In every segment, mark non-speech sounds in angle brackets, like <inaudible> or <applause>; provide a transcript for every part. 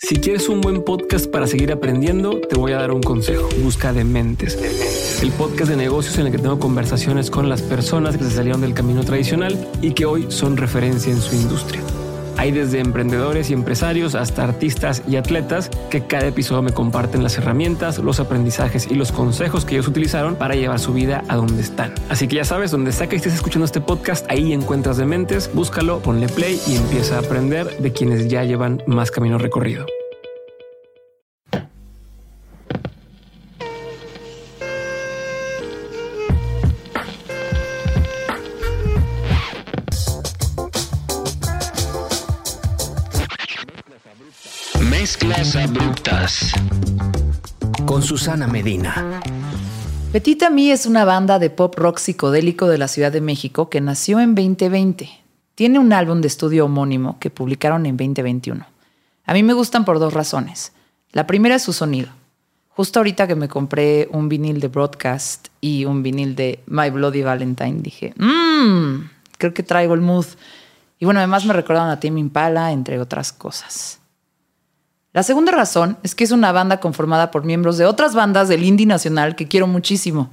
Si quieres un buen podcast para seguir aprendiendo, te voy a dar un consejo. Busca Dementes. El podcast de negocios en el que tengo conversaciones con las personas que se salieron del camino tradicional y que hoy son referencia en su industria. Hay desde emprendedores y empresarios hasta artistas y atletas que cada episodio me comparten las herramientas, los aprendizajes y los consejos que ellos utilizaron para llevar su vida a donde están. Así que ya sabes, donde sea que estés escuchando este podcast, ahí encuentras Dementes, búscalo, ponle play y empieza a aprender de quienes ya llevan más camino recorrido. Mezclas abruptas con Susana Medina. Petit Ami es una banda de pop rock psicodélico de la Ciudad de México que nació en 2020. Tiene un álbum de estudio homónimo que publicaron en 2021. A mí me gustan por dos razones. La primera es su sonido. Justo ahorita que me compré un vinil de Broadcast y un vinil de My Bloody Valentine, dije, mmm, creo que traigo el mood. Y bueno, además me recordaron a Tim Impala, entre otras cosas. La segunda razón es que es una banda conformada por miembros de otras bandas del indie nacional que quiero muchísimo.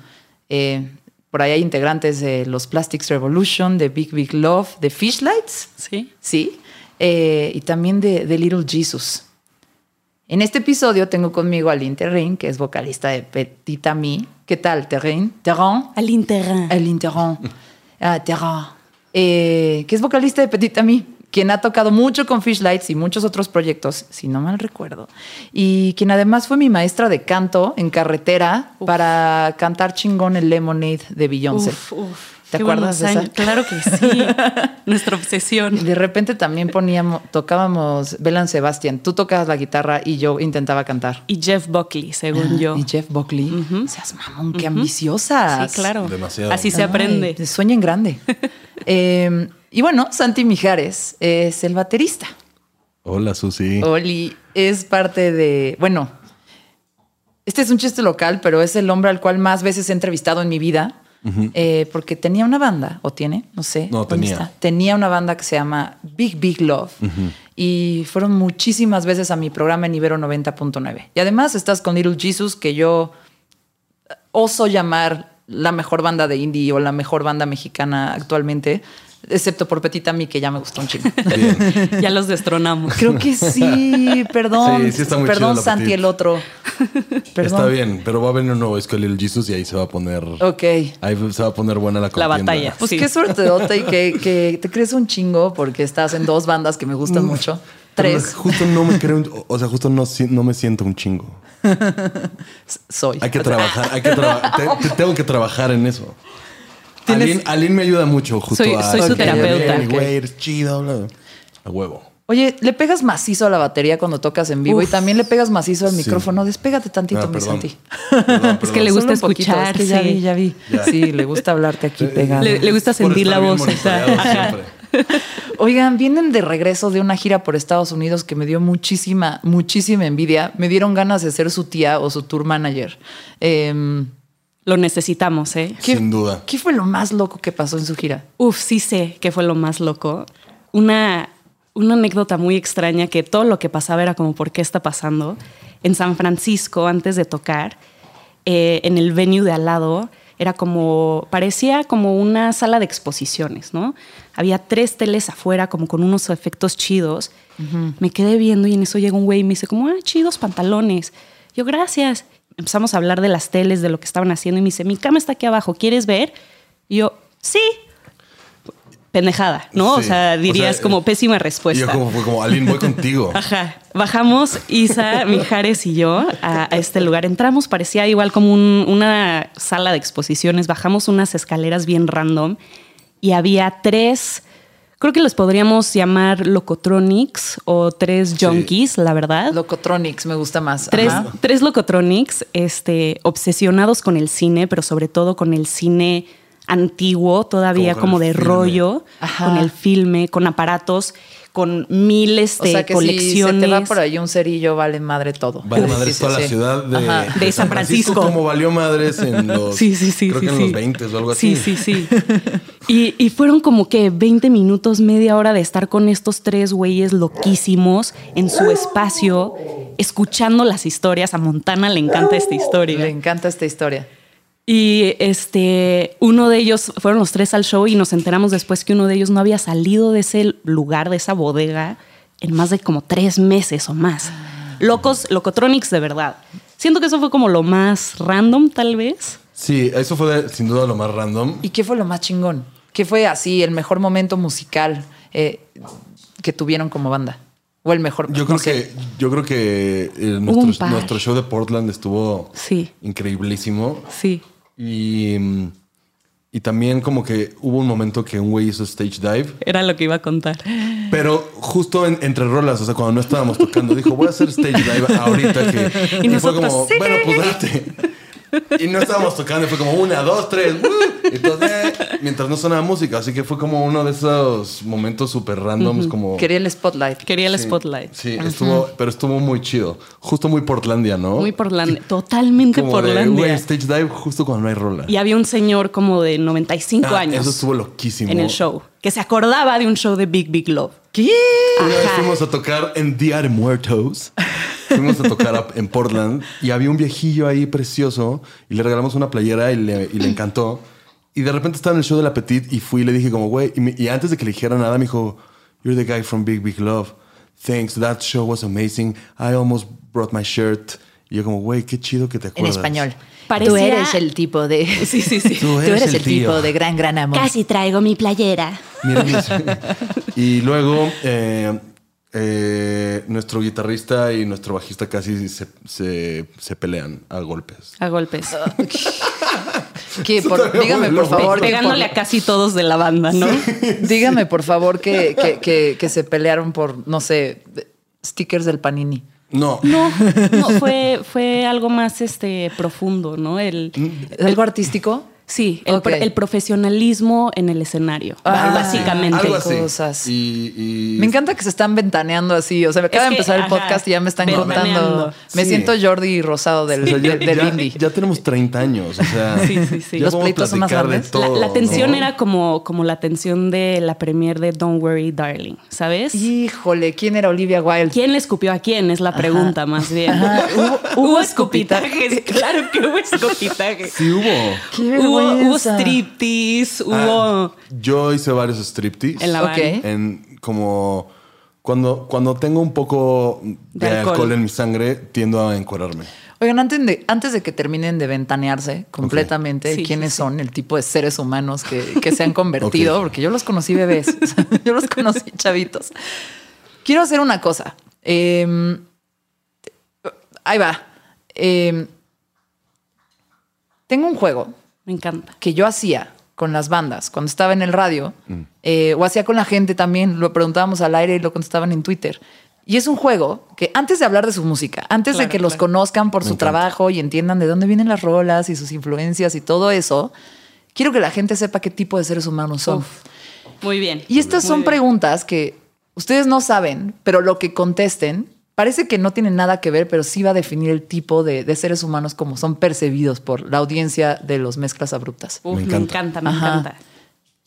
Eh, por ahí hay integrantes de los Plastics Revolution, de Big Big Love, de Fishlights, Sí. sí, eh, y también de, de Little Jesus. En este episodio tengo conmigo a Lynn Terrin, que es vocalista de Petit Ami. ¿Qué tal, Terrin? Terrin. Al Interrain. El Terrin. Ah, Terrin. Eh, que es vocalista de Petit Ami, quien ha tocado mucho con Fishlights y muchos otros proyectos, si no mal recuerdo. Y quien además fue mi maestra de canto en carretera Uf. para cantar chingón el Lemonade de Beyoncé. Uf, uf. ¿Te Qué acuerdas buenos de esa? años. Claro que sí. <laughs> Nuestra obsesión. De repente también poníamos, tocábamos Belan Sebastián. Tú tocabas la guitarra y yo intentaba cantar. Ah, Y Jeff Buckley, según yo. Y Jeff Buckley. Seas mamón, qué ambiciosas. Sí, claro. Demasiado. Así se Ay, aprende. Sueña en <laughs> grande. Eh, y bueno, Santi Mijares es el baterista. Hola, Susi. Oh, Oli es parte de. Bueno, este es un chiste local, pero es el hombre al cual más veces he entrevistado en mi vida. eh, porque tenía una banda, o tiene, no sé. No, ¿dónde tenía. Tenía una banda que se llama Big Big Love. Y fueron muchísimas veces a mi programa en Ibero 90.9. Y además estás con Little Jesus, que yo oso llamar la mejor banda de indie o la mejor banda mexicana actualmente, excepto por Petita Mi, que ya me gustó un chingo. Bien. Ya los destronamos. Creo que sí, perdón. <laughs> Sí, sí está muy perdón, chido el Santi, apetito. el otro. Perdón. Está bien, pero va a venir un nuevo disco de Lil Jesus y ahí se va a poner. Ok. Ahí se va a poner buena la La contienda. batalla. Pues sí. qué suerte, y que, <laughs> que te crees un chingo porque estás en dos bandas que me gustan mucho. Pero Tres, Justo no me creo, un- o- o sea, justo no, si- no me siento un chingo. soy. Hay que trabajar, hay <laughs> que trabajar. tengo que trabajar en eso. Alin, Alin me ayuda mucho, justo. Soy- a- soy su Ok, terapeuta. ok, Güey, eres chido, bla, bla. A huevo. Oye, le pegas macizo a la batería cuando tocas en vivo y también le pegas macizo al micrófono. Despégate tantito, Ah, mi perdón. Santi. Perdón, <laughs> Es que le perdón. gusta Solo un poquito, es escuchar. que ya sí. vi, ya vi. Sí, le gusta hablarte <laughs> Eh, aquí pegado. Le, le gusta Es por sentir la estar bien voz. monitoreado ajá. siempre. Oigan, vienen de regreso de una gira por Estados Unidos que me dio muchísima, muchísima envidia. Me dieron ganas de ser su tía o su tour manager. Em, Lo necesitamos, ¿eh? ¿qué- Sin duda. ¿Qué fue lo más loco que pasó en su gira? Uf, sí sé que fue lo más loco. Una, una anécdota muy extraña que todo lo que pasaba era como, ¿por qué está pasando? En San Francisco, antes de tocar, eh, en el venue de al lado, era como, parecía como una sala de exposiciones, ¿no? Había tres teles afuera, como con unos efectos chidos. Me quedé viendo y en eso llega un güey y me dice, como, ah, chidos pantalones. Yo, gracias. Empezamos a hablar de las teles, de lo que estaban haciendo y me dice, mi cama está aquí abajo, ¿quieres ver? Y yo, sí. Pendejada, ¿no? O Sí. sea, dirías eh, como pésima Y yo respuesta. como, fue como, Alin, voy <laughs> contigo. Ajá. Bajamos <laughs> Isa, Mijares y yo a, a este lugar. Entramos, parecía igual como un- una sala de exposiciones. Bajamos unas escaleras bien random y había tres Creo que los podríamos llamar Locotronics o tres junkies, la verdad. Locotronics me gusta más. Tres, Ajá. tres Locotronics, este, obsesionados con el cine, pero sobre todo con el cine antiguo, todavía Como con como, el de filme. rollo, Ajá. con el filme, con aparatos, con miles O de sea que si se colecciones. te va por ahí un cerillo, vale madre todo. Vale Sí, madres sí, toda la sí. ciudad de, Ajá. de De San Francisco. Como valió <laughs> madres en los. Sí, sí, sí. Creo sí, que en sí. los 20 o algo así. Sí, <laughs> sí, sí. Y, y fueron como que 20 minutos, media hora de estar con estos tres güeyes loquísimos en su espacio, escuchando las historias. A Montana le encanta esta Le historia. encanta esta historia. Y este, uno de ellos, fueron los tres al show y nos enteramos después que uno de ellos no había salido de ese lugar, de esa bodega, en más de como tres meses o más. Locos, locotronics de verdad. Siento que eso fue como lo más random, tal vez. Sí, eso fue de- sin duda lo más random. ¿Y qué fue lo más chingón? ¿Qué fue así el mejor momento musical eh, que tuvieron como banda? O el mejor. Yo no creo sé. que, yo creo que eh, un nuestro, par. nuestro show de Portland estuvo Sí. increíblísimo. Sí. Y, mm, y también como que hubo un momento que un güey hizo stage dive, Era lo que iba a contar. pero justo en- entre rolas, o sea, cuando no estábamos tocando, dijo, voy a hacer stage dive ahorita que... Y nosotros, "Sí". bueno, pues date. Y no estábamos tocando, fue como una, dos, tres, ¡woo! Y todos, "Eh", mientras no sonaba música, así que fue como uno de esos momentos súper randoms, como... Quería el spotlight. Quería el Sí, spotlight. Sí, estuvo, pero estuvo muy chido. Justo muy Portlandia, ¿no? Muy Portlandia. Totalmente Como de, güey, Portlandia. stage dive justo cuando no hay rola. Y había un señor como de 95 Ah, años Eso estuvo loquísimo. en el show que se acordaba de un show de Big Big Love. ¿Qué? Una vez Ajá. fuimos a tocar en Día de Muertos. Fuimos a tocar a- en Portland y había un viejillo ahí precioso y le regalamos una playera y le, y le encantó. Y de repente estaba en el show del Apetit y fui y le dije como, güey, y, me- y antes de que le dijera nada me dijo, you're the guy from Big Big Love. Thanks, that show was amazing. I almost brought my shirt. Y yo como, güey, qué chido que te En acuerdas. español. Parecía- Tú eres el tipo de. <laughs> Sí, sí, sí. Tú eres, el, tío. tipo de gran, gran amor. Casi traigo mi playera. Mira, mis- y luego eh, eh, nuestro guitarrista y nuestro bajista casi se, se- se pelean a golpes. A golpes. Que por- todavía dígame, muy Ah, por loco. favor. que Pegándole por- a casi todos de la banda, ¿no? dígame, por favor, que, que, que- que se pelearon por, no sé, stickers del Panini. No. <laughs> No, no, fue, fue algo más este profundo, ¿no? El, ¿Algo artístico? sí, el, Mm. Ok. pro- el profesionalismo en el escenario, Ah, básicamente. Algo así. cosas. Y, y- Me encanta que se están ventaneando así. O sea, me acaba Es de que, empezar el ajá, podcast y ya me están contando. ventaneando. Me Sí. siento Jordi Rosado del, o sea, ya, del- del ya- indie. ya tenemos 30 años. O sea, Sí, sí, sí. ya Los podemos pleitos son más platicar de grandes. La, todo, la tensión ¿no? era como, como la tensión de la premier de Don't Worry Darling, ¿sabes? Híjole, ¿quién era Olivia Wilde? ¿Quién le escupió a quién? Es la pregunta más bien. <laughs> Ajá, hubo- hubo escupitajes. <laughs> Claro que hubo escupitajes. Sí hubo. ¡Qué Hubo, hubo vergüenza! Ah. striptease, hubo Yo hice varios striptease. en la Ok. van. en como cuando, cuando tengo un poco de, De alcohol. alcohol. en mi sangre, tiendo a encuerarme. Oigan, antes de, antes de que terminen de ventanearse completamente Sí, quiénes sí, sí. son, el tipo de seres humanos que, que se <laughs> han convertido, Ok. porque yo los conocí bebés, o sea, <laughs> yo los conocí chavitos. Quiero hacer una cosa. Eh, ahí va. Eh, tengo un juego Me encanta. que yo hacía con las bandas cuando estaba en el radio, eh, o hacía con la gente también, lo preguntábamos al aire y lo contestaban en Twitter. Y es un juego que antes de hablar de su música, antes de Claro, que los claro. conozcan por su encanta. trabajo y entiendan de dónde vienen las rolas y sus influencias y todo eso, quiero que la gente sepa qué tipo de seres humanos son. Uf. Muy bien. Y estas Muy son bien. preguntas que ustedes no saben, pero lo que contesten parece que no tiene nada que ver, pero sí va a definir el tipo de, de seres humanos como son percibidos por la audiencia de los mezclas abruptas. Uf, Me me encanta. encanta, me encanta. Ajá.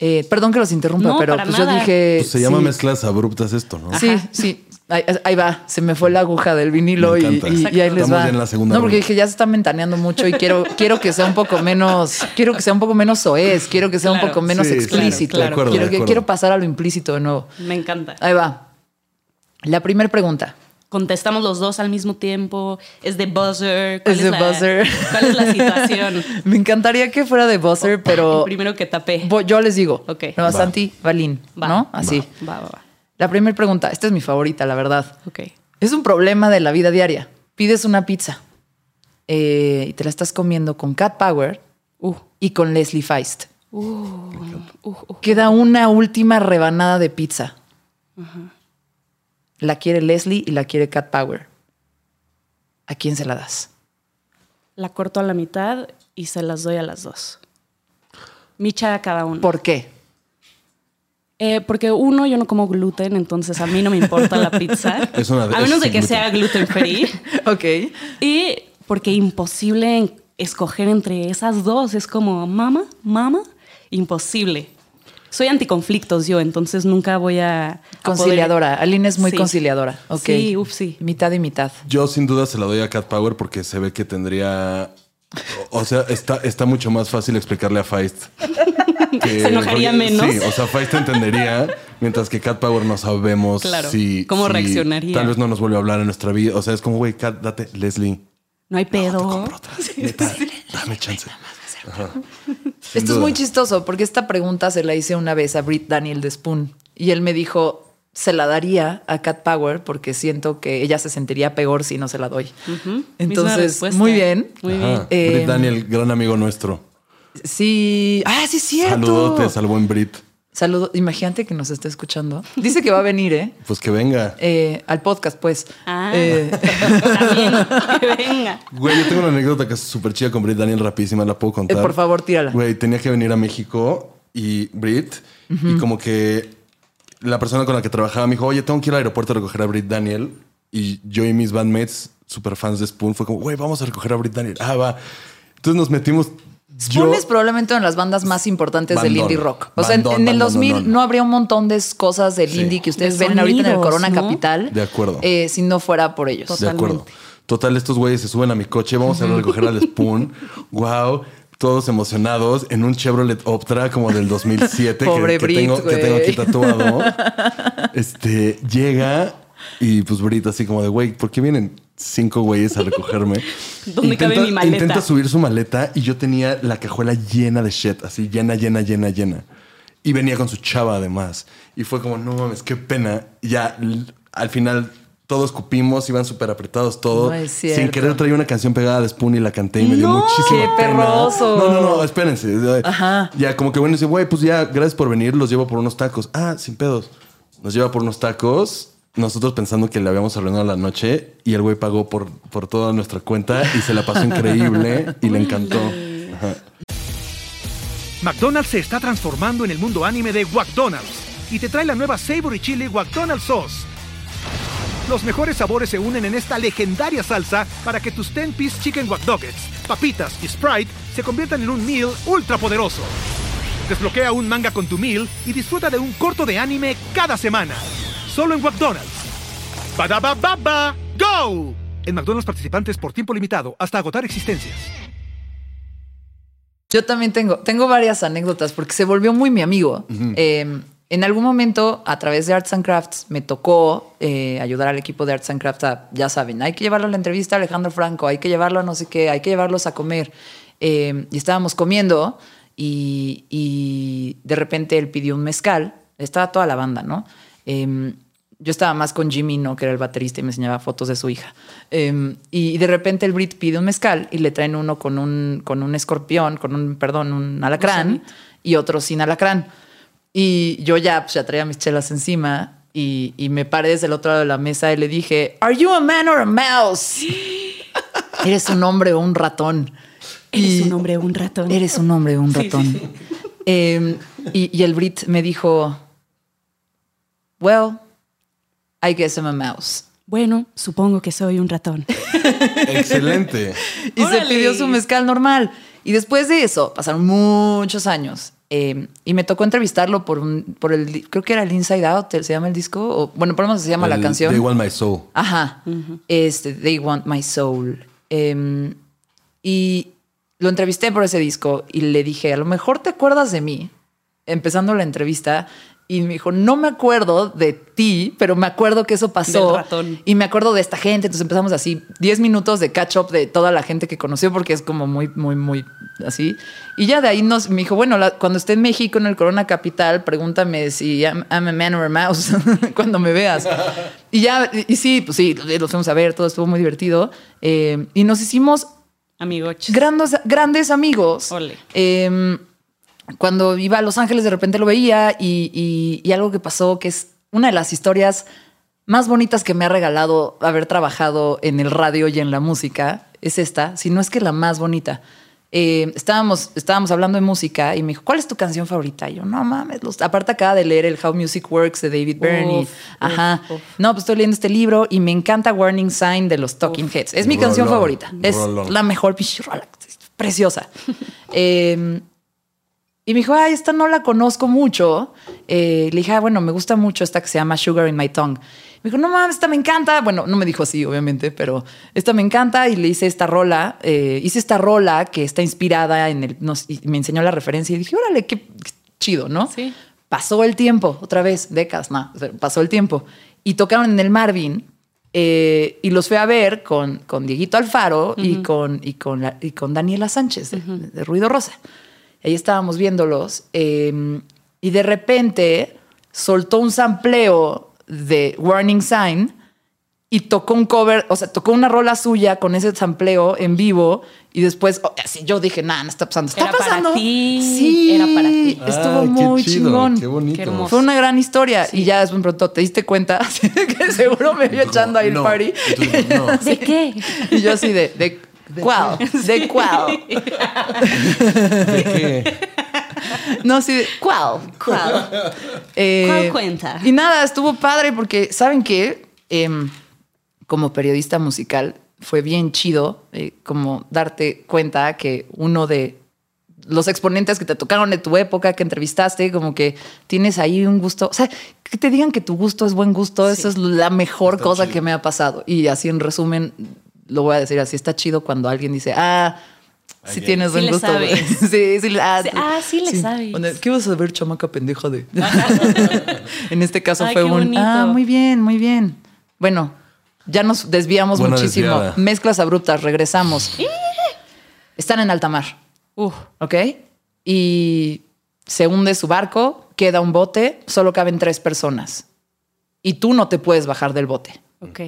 Eh, perdón que los interrumpa, No, pero para pues yo nada. dije. Pues se llama sí, mezclas abruptas esto, ¿no? Sí, sí. Ahí, ahí va, se me fue la aguja del vinilo Me y, encanta. y- y ahí les Estamos va. ya en la segunda no, porque ronda. dije ya se están ventaneando mucho y quiero, <laughs> quiero que sea un poco menos, quiero que sea un poco menos soez, quiero que sea un Claro. poco menos Sí, sí, explícito. claro, claro. De acuerdo, quiero, de que- acuerdo. quiero pasar a lo implícito de nuevo. Me encanta. Ahí va. La primera pregunta. Contestamos los dos al mismo tiempo. Es de buzzer. ¿Cuál Es de la- buzzer. ¿Cuál <laughs> es la situación? Oh, Me encantaría que fuera de buzzer, pero El <laughs> primero que tapé. bo- yo les digo. Ok. No, Va. Santi Balín, Va. ¿no? Así. Va, va, va. La primera pregunta, esta es mi favorita, la verdad. Ok. Es un problema de la vida diaria. Pides una pizza eh, y te la estás comiendo con Cat Power Uh, y con Leslie Feist. Uh, uh, uh. Queda una última rebanada de pizza. La quiere Leslie y la quiere Cat Power. ¿A quién se la das? La corto a la mitad y se las doy a las dos. Micha a cada uno. ¿Por qué? Eh, porque uno, yo no como gluten, entonces a mí no me importa la pizza. <laughs> Es una- a menos es de que gluten. sea gluten free. Ok. y porque imposible en- escoger entre esas dos. Es como, mama, mama, imposible. Soy anticonflictos yo, entonces nunca voy a... a poder- Conciliadora. Aline es muy Sí. conciliadora. Ok. Sí, uf, sí. Mitad y mitad. Yo sin duda se la doy a Cat Power porque se ve que tendría. O o sea, está, está mucho más fácil explicarle a Feist. que- Se enojaría porque- menos. Sí, o sea, Feist entendería, mientras que Cat Power no sabemos Claro, si. cómo si reaccionaría. Tal vez no nos vuelve a hablar en nuestra vida. O sea, es como, güey, Cat, date, Leslie. No hay pedo. neta, Dame chance. Ajá. Sin Esto es duda. muy chistoso porque esta pregunta se la hice una vez a Britt Daniel de Spoon y él me dijo, se la daría a Cat Power porque siento que ella se sentiría peor si no se la doy. Entonces, respuesta. muy bien. Muy Ajá. bien. Eh, Brit Daniel, gran amigo nuestro. Sí. Ah, sí, es cierto. Saludotes al buen Brit. Saludo. Imagínate que nos está escuchando. Dice que va a venir, ¿eh? Pues que venga. Eh, al podcast, pues. Ah. Eh, <laughs> Está bien, que venga. Güey, yo tengo una anécdota que es súper chida con Brit Daniel, rapidísima, la puedo contar. Eh, por favor, tírala. Güey, tenía que venir a México y Brit, y como que la persona con la que trabajaba me dijo, oye, tengo que ir al aeropuerto a recoger a Brit Daniel. Y yo y mis bandmates, super fans de Spoon, fue como, güey, vamos a recoger a Brit Daniel. Ah, va. Entonces nos metimos. yo- Spoon es probablemente una de las bandas más importantes del Bandón. indie rock. O sea, en, Bandón, en el bandón, 2000 bandón. no habría un montón de cosas del Sí. indie que ustedes De ven ahorita en el sonidos, Corona ¿no? Capital. De acuerdo. eh, si no fuera por ellos. Total. De acuerdo. Total, estos güeyes se suben a mi coche, vamos a ir a recoger al <laughs> Spoon. wow. Todos emocionados en un Chevrolet Optra como del 2007 que- Pobre que, Brit, tengo, que tengo aquí güey. <laughs> tatuado. Este llega y pues Brit así como de güey, ¿por qué vienen cinco güeyes a recogerme? ¿Dónde cabe mi maleta? Intenta subir su maleta y yo tenía la cajuela llena de shit, así llena, llena, llena, llena. Y venía con su chava además. Y fue como, no mames, qué pena. Y Ya l- al final todos cupimos, iban súper apretados todos. No es cierto. Sin querer traía una canción pegada de Spoon y la canté y me dio ¡No! muchísima ¡Qué pena. perroso! No, no, no, espérense. Ajá. Ya como que bueno, dice, güey, pues ya, gracias por venir, los llevo por unos tacos. Ah, sin pedos. Nos lleva por unos tacos. Nosotros pensando que le habíamos arruinado la noche y el güey pagó por, por toda nuestra cuenta y se la pasó increíble y le encantó. Ajá. McDonald's se está transformando en el mundo anime de McDonald's y te trae la nueva Savory Chili McDonald's Sauce. Los mejores sabores se unen en esta legendaria salsa para que tus 10-piece chicken wack doggets, papitas y Sprite se conviertan en un meal ultra poderoso. Desbloquea un manga con tu meal y disfruta de un corto de anime cada semana. Solo en McDonald's. Badaba baba, go. En McDonald's participantes por tiempo limitado hasta agotar existencias. Yo también tengo, tengo varias anécdotas porque se volvió muy mi amigo. Eh, en algún momento, a través de Arts and Crafts, me tocó eh, ayudar al equipo de Arts and Crafts a, ya saben, hay que llevarlo a la entrevista a Alejandro Franco, hay que llevarlo a no sé qué, hay que llevarlos a comer. Eh, y estábamos comiendo y, y de repente él pidió un mezcal. Estaba toda la banda, ¿no? Em, yo estaba más con Jimmy, ¿no? Que era el baterista y me enseñaba fotos de su hija. Em, y de repente el Brit pide un mezcal y le traen uno con un, con un escorpión, con un, perdón, un alacrán y otro sin alacrán. Y yo ya, pues, ya traía mis chelas encima y, y me paré desde el otro lado de la mesa y le dije, ¿Are you a man or a mouse? ¿Eres un hombre o un ratón? Eres Y- un hombre, un ratón. Eres un hombre, un ratón. Eh, y, y el Brit me dijo, well, I guess I'm a mouse. Bueno, supongo que soy un ratón. Excelente. Y ¡Órale! se pidió su mezcal normal. Y después de eso, pasaron muchos años. eh, y me tocó entrevistarlo por, un, por el, di- creo que era el Inside Out, se llama el disco, o bueno, por lo menos se llama la El canción. They Want My Soul. Ajá. Este, They Want My Soul. Em, y lo entrevisté por ese disco y le dije, a lo mejor te acuerdas de mí, empezando la entrevista. Y me dijo, no me acuerdo de ti, pero me acuerdo que eso pasó. Del ratón. Y me acuerdo de esta gente. Entonces empezamos así 10 minutos de catch up de toda la gente que conoció, porque es como muy, muy, muy así. Y ya de ahí nos, me dijo, bueno, la- cuando esté en México, en el Corona Capital, pregúntame si I'm, I'm a man or a mouse <laughs> cuando me veas. Y ya, y, y sí, pues sí, los fuimos a ver, todo estuvo muy divertido. Eh, y nos hicimos Amigoches. grandes, grandes amigos. Ole. Eh, cuando iba a Los Ángeles de repente lo veía y, y- y algo que pasó que es una de las historias más bonitas que me ha regalado haber trabajado en el radio y en la música es esta, si no es que la más bonita. Eh, estábamos, estábamos hablando de música y me dijo, ¿cuál es tu canción favorita? Y yo, no mames, los- aparte acaba de leer el How Music Works de David Byrne. y- Uf, ajá. uf, uf. No, pues estoy leyendo este libro y me encanta Warning Sign de los Talking Heads. Es mi Rolón, canción favorita. Es rolón. la mejor pinche rola. Es Preciosa. <laughs> Eh, y me dijo, ay, esta no la conozco mucho. Eh, le dije, "Ah, bueno, me gusta mucho esta que se llama Sugar in My Tongue. Me dijo, no mames, esta me encanta. Bueno, no me dijo así, obviamente, pero esta me encanta. Y le hice esta rola. eh, hice esta rola que está inspirada en el. no sé, y me enseñó la referencia y dije, órale, qué, qué chido, ¿no? Sí. Pasó el tiempo, otra vez, décadas, no, o sea, pasó el tiempo. Y tocaron en el Marvin eh, y los fui a ver con, con Dieguito Alfaro y, con, y, con la- y con Daniela Sánchez de, de Ruido Rosa. Ahí estábamos viéndolos eh, y de repente soltó un sampleo de Warning Sign y tocó un cover, o sea, tocó una rola suya con ese sampleo en vivo y después, oh, así yo dije, nada, no está pasando, está Era para pasando. ti, Sí, era para ti. Estuvo Ah, qué muy chido, chingón. Qué bonito. Qué hermoso. Fue una gran historia y ya después pronto te diste cuenta <laughs> que seguro me vio echando ahí el No. party. Entonces, <laughs> no. ¿De qué? <laughs> Y yo así de, de cuál, de <laughs> cuál. ¿De qué? No, así de cuál, cuál. Eh, ¿Cuál cuenta? Y nada, estuvo padre porque, ¿saben qué? Em, como periodista musical fue bien chido eh, como darte cuenta que uno de los exponentes que te tocaron de tu época, que entrevistaste, como que tienes ahí un gusto. O sea, que te digan que tu gusto es buen gusto, eso es la mejor cosa que me ha pasado. Y así en resumen, lo voy a decir así, está chido cuando alguien dice, ah, sí Ok. tienes Sí buen le gusto. güey". sabes. <laughs> sí, sí, le- ah, Sí, ah, sí le sabes. O sea, ¿Qué vas a ver, chamaca pendeja de? <laughs> en este caso Ay, fue qué un, bonito. ah, muy bien, muy bien. Bueno, ya nos desviamos Buena muchísimo. desviada. Mezclas abruptas, regresamos. Eh. Están en alta mar. Uf. ¿ok? Y se hunde su barco, queda un bote, solo caben tres personas. Y tú no te puedes bajar del bote. Ok.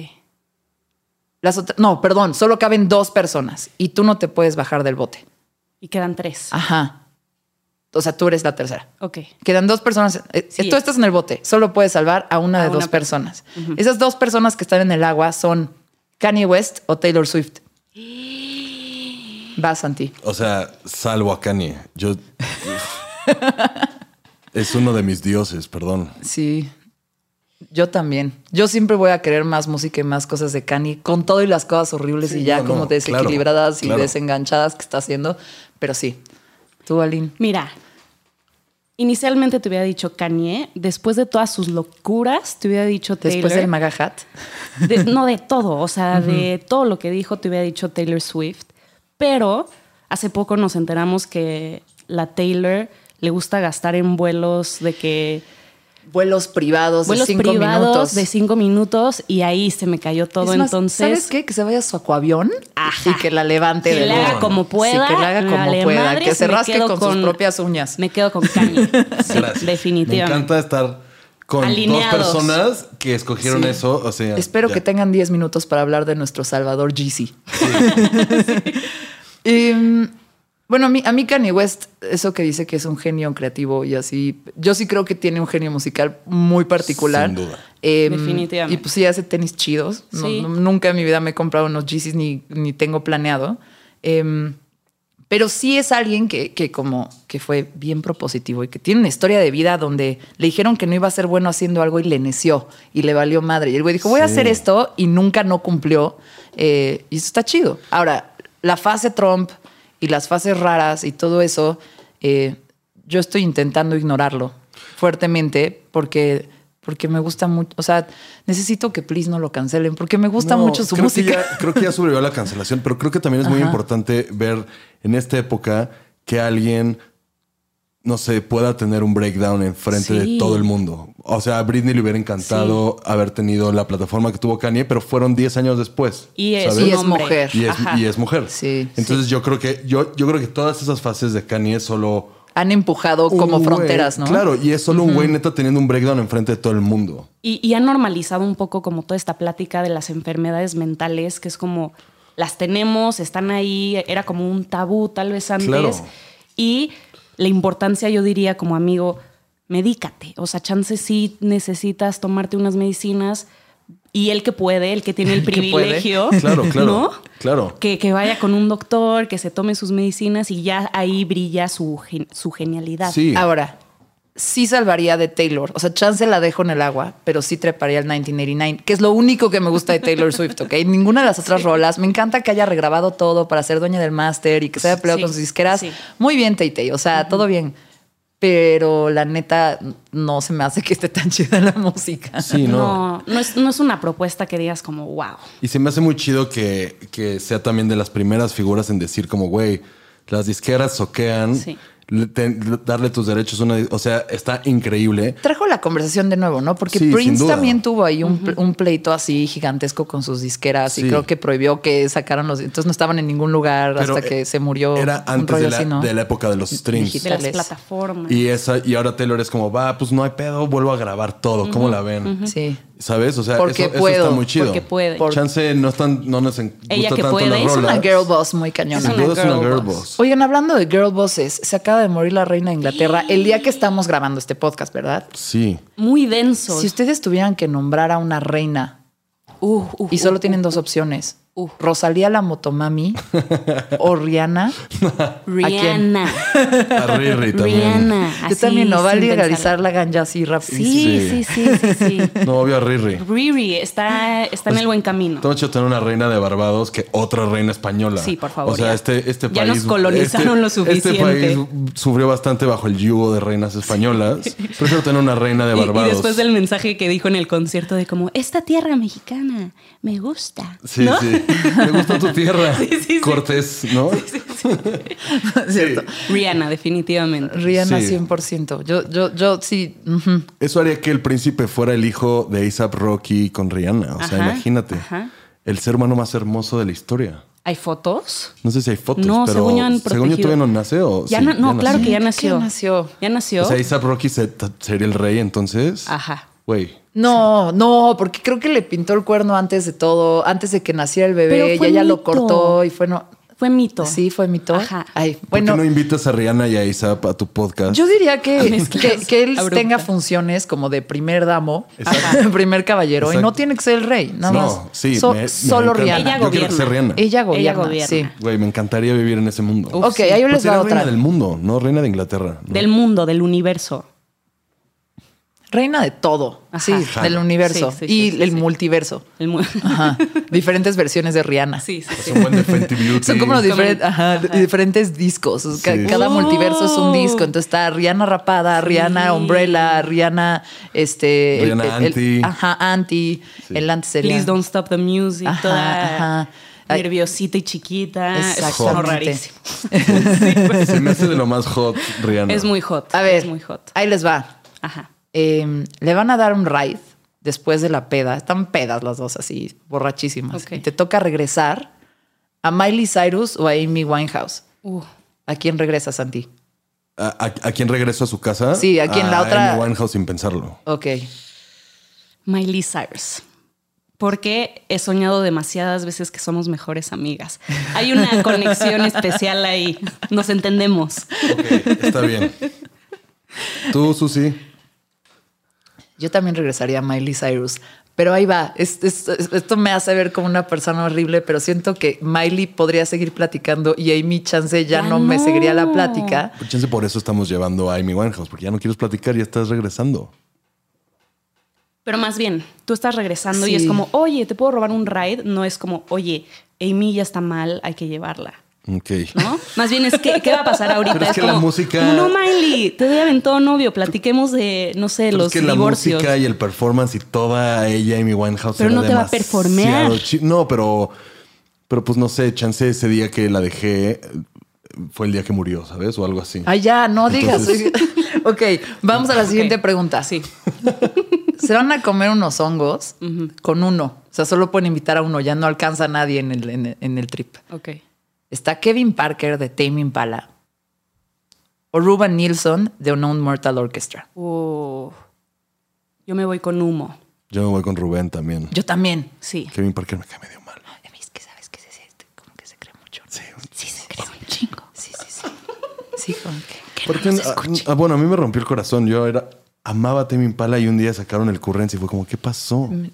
Las otra- no, perdón, solo caben dos personas y tú no te puedes bajar del bote. Y quedan Ah. tres. Ajá. O sea, tú eres la tercera. Ok. Quedan dos personas. eh, Sí. Tú estás en el bote, solo puedes salvar a una A de una dos persona. personas. Esas dos personas que están en el agua son Kanye West o Taylor <gasps> Swift. Vas, Santi. O sea, salvo a Kanye. <laughs> Yo. es uno de mis dioses, perdón. Sí. Yo también. Yo siempre voy a querer más música y más cosas de Kanye, con todo y las cosas horribles Sí, y ya no, no, como claro, desequilibradas y claro. desenganchadas que está haciendo. Pero sí. Tú, Aline. Mira, inicialmente te hubiera dicho Kanye, después de todas sus locuras, te hubiera dicho Taylor. Después del Maga Hat. De- no de todo, o sea, de todo lo que dijo te hubiera dicho Taylor Swift, pero hace poco nos enteramos que la Taylor le gusta gastar en vuelos de que Vuelos privados vuelos de cinco privados minutos. de cinco minutos y ahí se me cayó todo Es más, entonces ¿Sabes qué? Que se vaya a su acuavión Ajá. y que la levante que del le haga agua. como Sí, pueda que la haga como vale pueda, madres, que se me rasque quedo con, sus propias uñas. me quedo con <laughs> Kanye Sí, <laughs> Gracias. Me definitivamente encanta estar con Alineados. dos personas que escogieron Sí. eso. O sea, Espero ya. que tengan 10 minutos para hablar de nuestro Salvador GC. <laughs> Em, bueno, a mí, a mí Kanye West, eso que dice que es un genio creativo y así, yo sí creo que tiene un genio musical muy particular. Sin duda. Em, Definitivamente. Y pues sí, hace tenis chidos. No- Sí. no- nunca en mi vida me he comprado unos GCs ni, ni tengo planeado. Em, pero sí es alguien que, que como que fue bien propositivo y que tiene una historia de vida donde le dijeron que no iba a ser bueno haciendo algo y le neció y le valió madre. Y el güey dijo, voy a Sí. hacer esto y nunca no cumplió. eh, y eso está chido. Ahora, la fase Trump y las fases raras y todo eso, eh, yo estoy intentando ignorarlo fuertemente porque, porque me gusta mucho. O sea, necesito que please no lo cancelen porque me gusta No, mucho su creo música. Que ya, creo que ya sobrevivió a la cancelación, pero creo que también es muy Ajá. importante ver en esta época que alguien, no sé, pueda tener un breakdown enfrente Sí. de todo el mundo. O sea, a Britney le hubiera encantado haber tenido la plataforma que tuvo Kanye, pero fueron 10 años después. Y es- ¿sabes? y es Hombre. mujer. Y es, Ajá. y es mujer. Sí, Entonces yo creo que yo, yo creo que todas esas fases de Kanye es solo Han empujado un como güey. fronteras, ¿no? Claro, y es solo un güey neta teniendo un breakdown enfrente de todo el mundo. Y, y ha normalizado un poco como toda esta plática de las enfermedades mentales, que es como las tenemos, están ahí, era como un tabú tal vez antes. Claro. Y la importancia, yo diría, como amigo, medícate. O sea, chance sí necesitas tomarte unas medicinas y el que puede, el que <laughs> tiene el que puede. privilegio, Claro, claro. ¿no? Claro. Que, que vaya con un doctor, que se tome sus medicinas y ya ahí brilla su, gen- su genialidad. Sí. Ahora, sí salvaría de Taylor. O sea, chance la dejo en el agua, pero sí treparía el 1989, que es lo único que me gusta de Taylor Swift, <laughs> ¿ok? Ninguna de las otras rolas. Me encanta que haya regrabado todo para ser dueña del máster y que se haya peleado Sí, con sus disqueras. sí. Muy bien, Tay Tay. O sea, todo bien. Pero la neta, no se me hace que esté tan <laughs> chida la música. Sí, no. No, no es, no es una propuesta que digas como, wow. Y se me hace muy chido que, que sea también de las primeras figuras en decir como, güey, las disqueras soquean, Sí. le- te- le- darle tus derechos, a una, o sea, está increíble. Trajo la conversación de nuevo, ¿no? Porque Sí, sin Prince duda. también tuvo ahí un, pl- un pleito así gigantesco con sus disqueras y Sí. creo que prohibió que sacaran los. Entonces no estaban en ningún lugar Pero hasta que e- se murió. Era un antes rollo de la, así, ¿no? de la época de los streams. De las Tales. plataformas. Y esa y ahora Taylor es como, va, pues no hay pedo, vuelvo a grabar todo. ¿Cómo la ven? Sí. ¿Sabes? O sea, Porque eso, eso puedo, está muy chido. porque puede. Por- Chance no están, no nos en- gusta Ella que tanto puede, las es Es una rolas. girl boss muy Sin cañona. una duda es una girl girl boss. boss. Oigan, hablando de girl bosses, se acaba de morir la reina de Inglaterra el día que estamos grabando este podcast, ¿verdad? Sí. Muy denso. Si ustedes tuvieran que nombrar a una reina Uh, uh, y uh, solo uh. tienen dos opciones, Uh. Rosalía la <laughs> motomami o <laughs> Rihanna, quién? Rihanna. <laughs> A Riri también. Rihanna. yo también no va a sin legalizar pensarlo. la ganja así rápido. Sí, sí, sí, sí, sí. <laughs> No, obvio a Riri. Riri está, está en el buen camino. Estamos chido tener una reina de Barbados que otra reina española. Sí, por favor, O sea, ya. este, este Ya país. nos colonizaron lo Este país suficiente. sufrió bastante bajo el yugo de reinas españolas. Prefiero tener una reina de Y- Y, Barbados. después del mensaje que dijo en el concierto de como, esta tierra mexicana me gusta. Sí, ¿no? <laughs> sí. Me gusta tu tierra. Sí, sí, sí. Cortés, ¿no? ¿Cierto? Rihanna, definitivamente. Rihanna Sí. 100%. Yo, yo, yo sí. ujú. Eso haría que el príncipe fuera el hijo de ASAP Rocky con Rihanna. O sea, Ajá, imagínate. ajá. El ser humano más hermoso de la historia. ¿Hay fotos? No sé si hay fotos, No, pero según yo han según yo protegido. todavía no nace o Ya sí, no, no, claro nació. que ya Sí, nació. que nació. Ya nació. O sea, ASAP Rocky se- t- sería el rey entonces. Ajá. Güey. No, no, porque creo que le pintó el cuerno antes de todo, antes de que naciera el bebé Pero y fue ella lo mito. cortó y fue no. Fue mito. Sí, fue mito. Ajá. Ay, ¿Por bueno, qué no invitas a Rihanna y a ASAP a tu podcast? Yo diría que, Ah, Mezclas que, que él abruptas. tenga funciones como de primer damo, Exacto. <laughs> primer caballero, y Exacto. no tiene que ser el rey, nada no, más. sí. So- me- me solo encanta. Rihanna. Ella Yo quiero que gobierna. sea Rihanna. Ella gobierna, Ella gobierna. sí. Güey, me encantaría vivir en ese mundo. Ok, ahí yo Pero les sería va reina otra. del mundo, no reina de Inglaterra. ¿no? Del mundo, del universo. Reina de todo, Ajá. sí, Ajá. del universo Sí, sí, y sí, sí, el sí. multiverso. El mu- Ajá. Diferentes versiones de Rihanna. <laughs> sí, sí, Es sí. un buen de Fenty <laughs> Beauty. Son como los <laughs> Como- diferen- ajá, ajá. diferentes discos. O sea, ca- Sí. Cada Oh. multiverso es un disco. Entonces está Rihanna Rapada, Rihanna Umbrella, Rihanna, este. Rihanna Anti. Ajá, Anti. El Anti sería- Please don't stop the music. Ajá, toda ajá. Ay. nerviosita y chiquita. Eso Es Exactamente. rarísimo. pues. Se me hace de lo más hot, Rihanna. Es muy hot. A ver, Es muy hot. ahí les va. Ajá. Eh, le van a dar un ride después de la peda. Están pedas las dos, así, borrachísimas. Ok. Y te toca regresar a Miley Cyrus o a Amy Winehouse. Uh, ¿A quién regresas, Santi? ¿A, a, a quién regreso a su casa? Sí, ¿a quién? La otra- Amy Winehouse sin pensarlo. Ok. Miley Cyrus. Porque he soñado demasiadas veces que somos mejores amigas. <laughs> Hay una conexión especial ahí. Nos entendemos. Ok, está bien. Tú, Susi. Yo también regresaría a Miley Cyrus. Pero ahí va. Es- es- es- esto me hace ver como una persona horrible, pero siento que Miley podría seguir platicando y Amy Chance ya Ya no me no. seguiría la plática. Por chance, por eso estamos llevando a Amy Winehouse, porque ya no quieres platicar, ya estás regresando. Pero más bien, tú estás regresando Sí. y es como, oye, ¿te puedo robar un ride? No es como, oye, Amy ya está mal, hay que llevarla. Ok. ¿No? Más bien es que, ¿qué va a pasar ahorita? Pero es que la como, música- como, no, Miley, te doy aventón, novio, platiquemos de, no sé, Pero los es que la divorcios. música y el performance y toda ella Amy Winehouse Pero era no te va a demasiado performear. chi- No, pero pero pues no sé, chance ese día que la dejé eh, fue el día que murió, ¿sabes? O algo así. Ay, ya, no digas. Entonces- <laughs> ok, vamos a la siguiente Ok. pregunta. Sí. Se van a comer unos hongos con uno. O sea, solo pueden invitar a uno. Ya no alcanza a nadie en el, en el- en el trip. Ok. Está Kevin Parker de Tame Impala o Ruben Nilsson de Unknown Mortal Orchestra. Oh. Yo me voy con humo. Yo me voy con Rubén también. Yo también. Sí. Kevin Parker me cae medio mal. A mí es que sabes que se siente como que se cree mucho. Sí. Sí, se cree un chingo. Sí, sí, sí. Sí, como que. que Porque, no nos ah, escuche. ah, bueno, a mí me rompió el corazón. Yo era amaba a Tame Impala y un día sacaron el currencia y fue como, ¿qué pasó? Mm.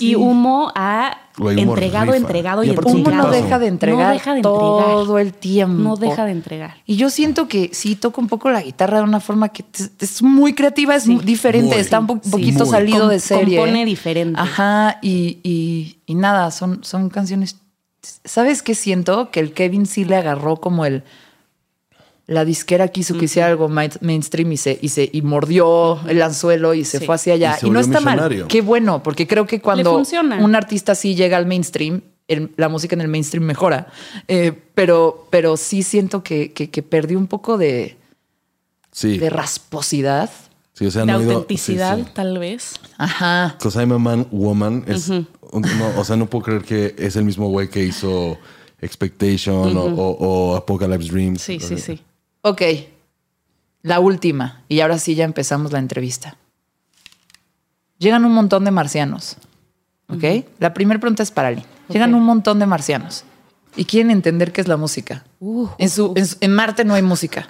Y humo a Güey, humo entregado, rifa. entregado y, Y aparte es un entregado. Uno no tipazo. deja de entregar No deja de todo entregar. el tiempo. No deja de entregar. Y yo siento que sí toco un poco la guitarra de una forma que t- es muy creativa, es Sí. mu- diferente, Muy, está un po- sí. poquito Muy. salido Com- de serie. ¿eh? compone diferente. Ajá, y, y- y nada, son, son canciones. ¿Sabes qué siento? Que el Kevin sí le agarró como el. La disquera quiso que hiciera algo main- mainstream y se, y se y mordió el anzuelo y se Sí. fue hacia allá. Y se Y, no volvió está mal. millonario. Qué bueno, porque creo que cuando funciona. un artista así llega al mainstream, el- la música en el mainstream mejora. Eh, pero, pero sí siento que, que, que perdí un poco de, Sí. de rasposidad. sí, o sea, de no he ido- sí, autenticidad, sí. tal vez. Ajá. Because I'm a Man Woman es. un- no, o sea, no puedo creer que es el mismo güey que hizo Expectation o- o, o Apocalypse Dreams. Sí, sí, sí. Ok. La última. Y ahora sí ya empezamos la entrevista. Llegan un montón de marcianos. ¿Ok? La primera pregunta es para Lynn. Llegan Ok. un montón de marcianos y quieren entender qué es la música. Uh, en, su- en su- en Marte no hay música.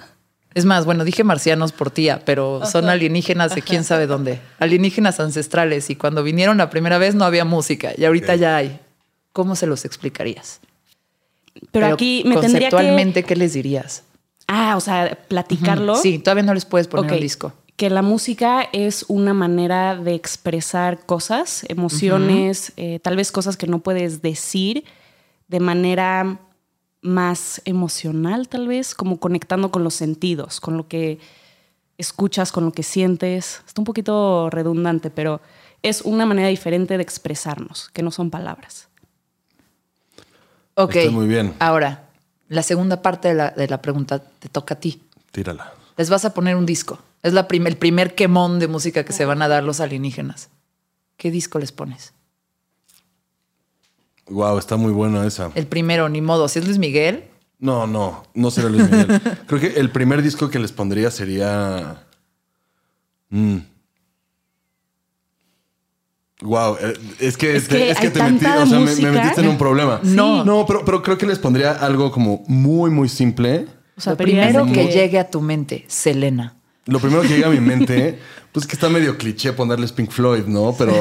Es más, bueno, dije marcianos por tía, pero son alienígenas de quién sabe dónde. Alienígenas ancestrales. Y cuando vinieron la primera vez no había música y ahorita ya hay. ¿Cómo se los explicarías? Pero, aquí me tendría que... Conceptualmente, ¿qué les dirías? Ah, o sea, platicarlo. Sí, todavía no les puedes poner Ok. un disco. Que la música es una manera de expresar cosas, emociones, eh, tal vez cosas que no puedes decir de manera más emocional, tal vez, como conectando con los sentidos, con lo que escuchas, con lo que sientes. Está un poquito redundante, pero es una manera diferente de expresarnos, que no son palabras. Ok. Está muy bien. Ahora, la segunda parte de la, de la pregunta te toca a ti. Tírala. Les vas a poner un disco. Es la prim- el primer quemón de música que se van a dar los alienígenas. ¿Qué disco les pones? Wow, está muy buena esa. El primero, ni modo. Si es Luis Miguel, No, no, no será <laughs> Luis Miguel. Creo que el primer disco que les pondría sería. mm. Wow, eh, es que, Es te- que es que hay te metí, tanta o sea, me- me, música. metiste en un problema. Sí. No, no, pero, pero creo que les pondría algo como muy, muy simple. O sea, lo primero que como- llegue a tu mente, Selena. Lo primero que llega a mi mente, pues que está medio cliché ponerles Pink Floyd, ¿no? Pero,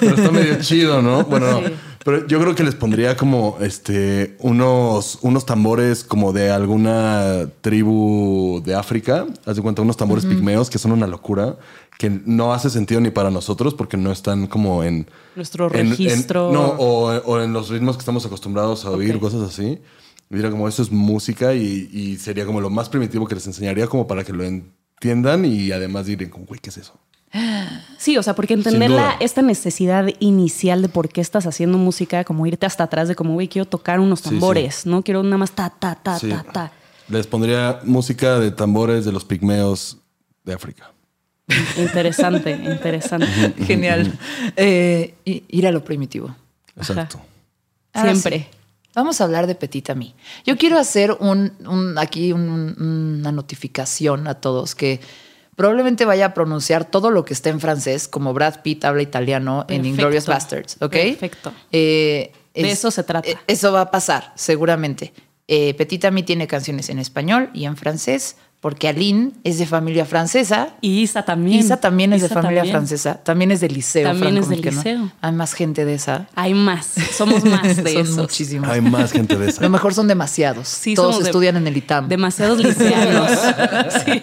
pero está medio chido, ¿no? Bueno, no. pero yo creo que les pondría como este unos, unos tambores como de alguna tribu de África. Haz de cuenta, unos tambores pigmeos que son una locura, que no hace sentido ni para nosotros porque no están como en. Nuestro en- en- registro. no, o, o en los ritmos que estamos acostumbrados a oír, Ok. cosas así. Y Diría como eso es música y, y sería como lo más primitivo que les enseñaría como para que lo entiendan y además dirían como, güey, ¿qué es eso? Sí, o sea, porque entender Sin la- duda. esta necesidad inicial de por qué estás haciendo música, como irte hasta atrás de como, güey, quiero tocar unos Sí, tambores, ¿no? Quiero nada más ta, ta, ta, Sí. ta, ta. Les pondría música de tambores de los pigmeos de África. <laughs> Interesante, interesante. Genial. <laughs> Eh, y- ir a lo primitivo. Exacto. Ahora Siempre. sí, Vamos a hablar de Petit Ami. Yo quiero hacer un, un- aquí un- un- una notificación a todos que probablemente vaya a pronunciar todo lo que está en francés, como Brad Pitt habla italiano en Perfecto. Inglorious Bastards, ¿ok? Perfecto. Eh, De eso se trata. eh, Eso va a pasar, seguramente. Eh, Petit Ami tiene canciones en español y en francés, porque Aline es de familia francesa. Y Isa también. Isa también es de Isa familia también. francesa, también es del liceo. También es Franco del Mexicano. liceo. Hay más gente de esa. Hay más, <laughs> somos más de son esos. muchísimos. Hay más gente de <laughs> Lo esa. mejor son demasiados. Sí, Todos somos de- estudian en el ITAM. <laughs> Demasiados liceanos. sí.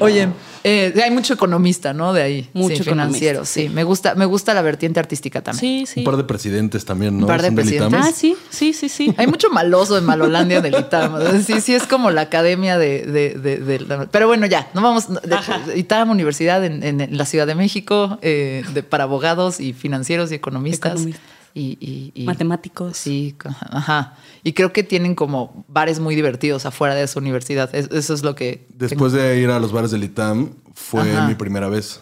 Oye, eh, hay mucho economista, ¿no? De ahí. Ah. Mucho sí, financiero. economista, Sí. me gusta, me gusta la vertiente artística también. sí, Un sí. par de presidentes también, ¿no? Un par de Son del ITAM. presidentes. Ah, sí, sí, sí, sí. Hay mucho maloso en Malolandia del ITAM. O <laughs> sea, Sí, sí, es como la academia de. de- de- de la- pero bueno, ya, no vamos. de- ITAM, Universidad en, en la Ciudad de México, eh, de- para abogados y financieros y economistas. Economistas. Y, y- y- Matemáticos. Sí, co- ajá. Y creo que tienen como bares muy divertidos afuera de su universidad. Es- eso es lo que. Después de ir a los bares del ITAM, fue Ajá. mi primera vez.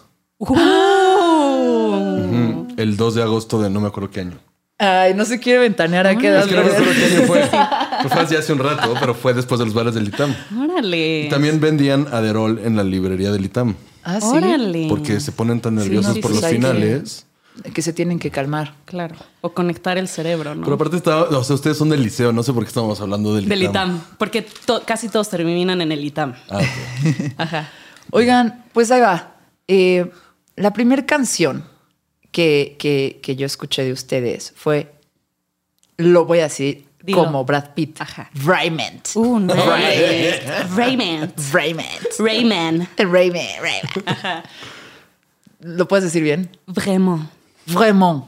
¡Ah! ¡Wow! Ujú. El 2 de agosto de no me acuerdo qué año. Ay, no se quiere ventanear a qué edad. Es que no me acuerdo ¿verdad? qué año fue. <laughs> Pues fue hace- hace un rato, pero fue después de los bares del ITAM. Órale. Y también vendían Aderol en la librería del ITAM. Ah, sí. Órale. Porque se ponen tan Sí, nerviosos no, por sí, los sí, hay que- finales. que se tienen que calmar. Claro. O conectar el cerebro, ¿no? Pero aparte, está, o sea, ustedes son del liceo, no sé por qué estamos hablando del, Del ITAM, porque to- casi todos terminan en el ITAM. Ah, ok. <laughs> Ajá. Oigan, pues ahí va. Eh, la primera canción que, que- que yo escuché de ustedes fue, lo voy a decir Dilo. como Brad Pitt, Ajá. Raymond. Uh, no. Raymond. Raymond. Raymond. Raymond. <laughs> Raymond. ¿Lo puedes decir bien? Vraiment. Vraiment.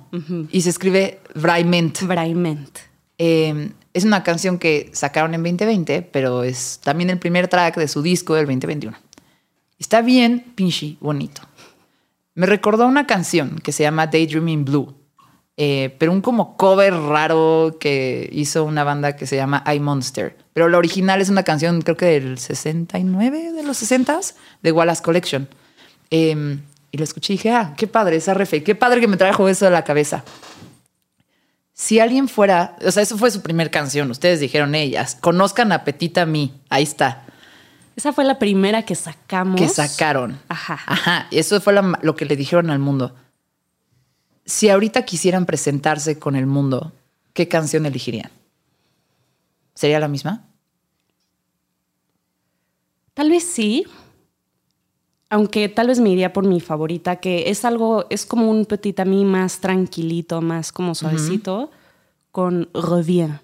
Y se escribe Raymond. Raymond. Eh, es una canción que sacaron en 2020, pero es también el primer track de su disco del 2021. Está bien, pinche, bonito. Me recordó una canción que se llama Daydreaming Blue, eh, pero un como cover raro que hizo una banda que se llama I Monster. Pero la original es una canción, creo que del 69, de los 60s, de Wallace Collection. Eh, y lo escuché y dije, ah, qué padre esa refe, qué padre que me trajo eso a la cabeza si alguien fuera, o sea, eso fue su primer canción, ustedes dijeron ellas, conozcan a Petita Mí, ahí está, Esa fue la primera que sacamos. que sacaron. Ajá. Ajá, eso fue la- lo que le dijeron al mundo. Si ahorita quisieran presentarse con el mundo, ¿qué canción elegirían? ¿Sería la misma? Tal vez sí. Aunque tal vez me iría por mi favorita, que es algo, es como un petit ami más tranquilito, más como suavecito, con Revien.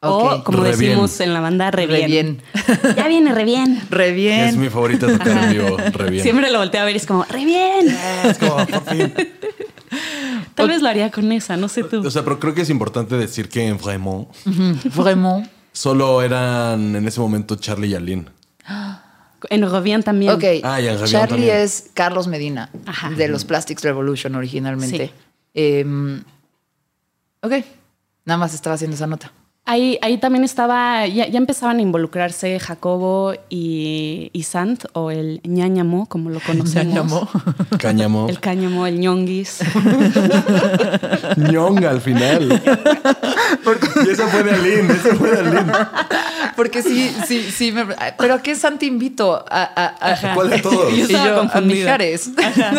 Ok. O como Re decimos en la banda, Revien. bien. Ya viene Revien. Re Es bien. mi favorita esa canción en vivo, re bien. Siempre lo volteo a ver y es como, Revien. Es como, por fin. Tal vez lo haría con esa, no sé tú. O sea, pero creo que es importante decir que en Fremont <laughs> Vraiment. solo eran en ese momento Charlie y Aline. En Revien también. Ok. Ah, y en Javier Charlie también. es Carlos Medina, Ajá. de los Plastics Revolution originalmente. Sí. Em, ok, nada más estaba haciendo esa nota. Ahí, ahí también estaba, ya, ya empezaban a involucrarse Jacobo y, y Sant, o el ñañamo, <laughs> como lo conocemos. Cáñamo. El cáñamo, el ñonguis. <laughs> Ñonga <laughs> al final. y esa fue de Aline, esa fue de Aline. Porque sí, sí, sí. me- Pero ¿a qué Santi invito? A, a- a- ¿Cuál de todos? Y Yo <laughs> estaba yo, a confundida. Mijares. <laughs>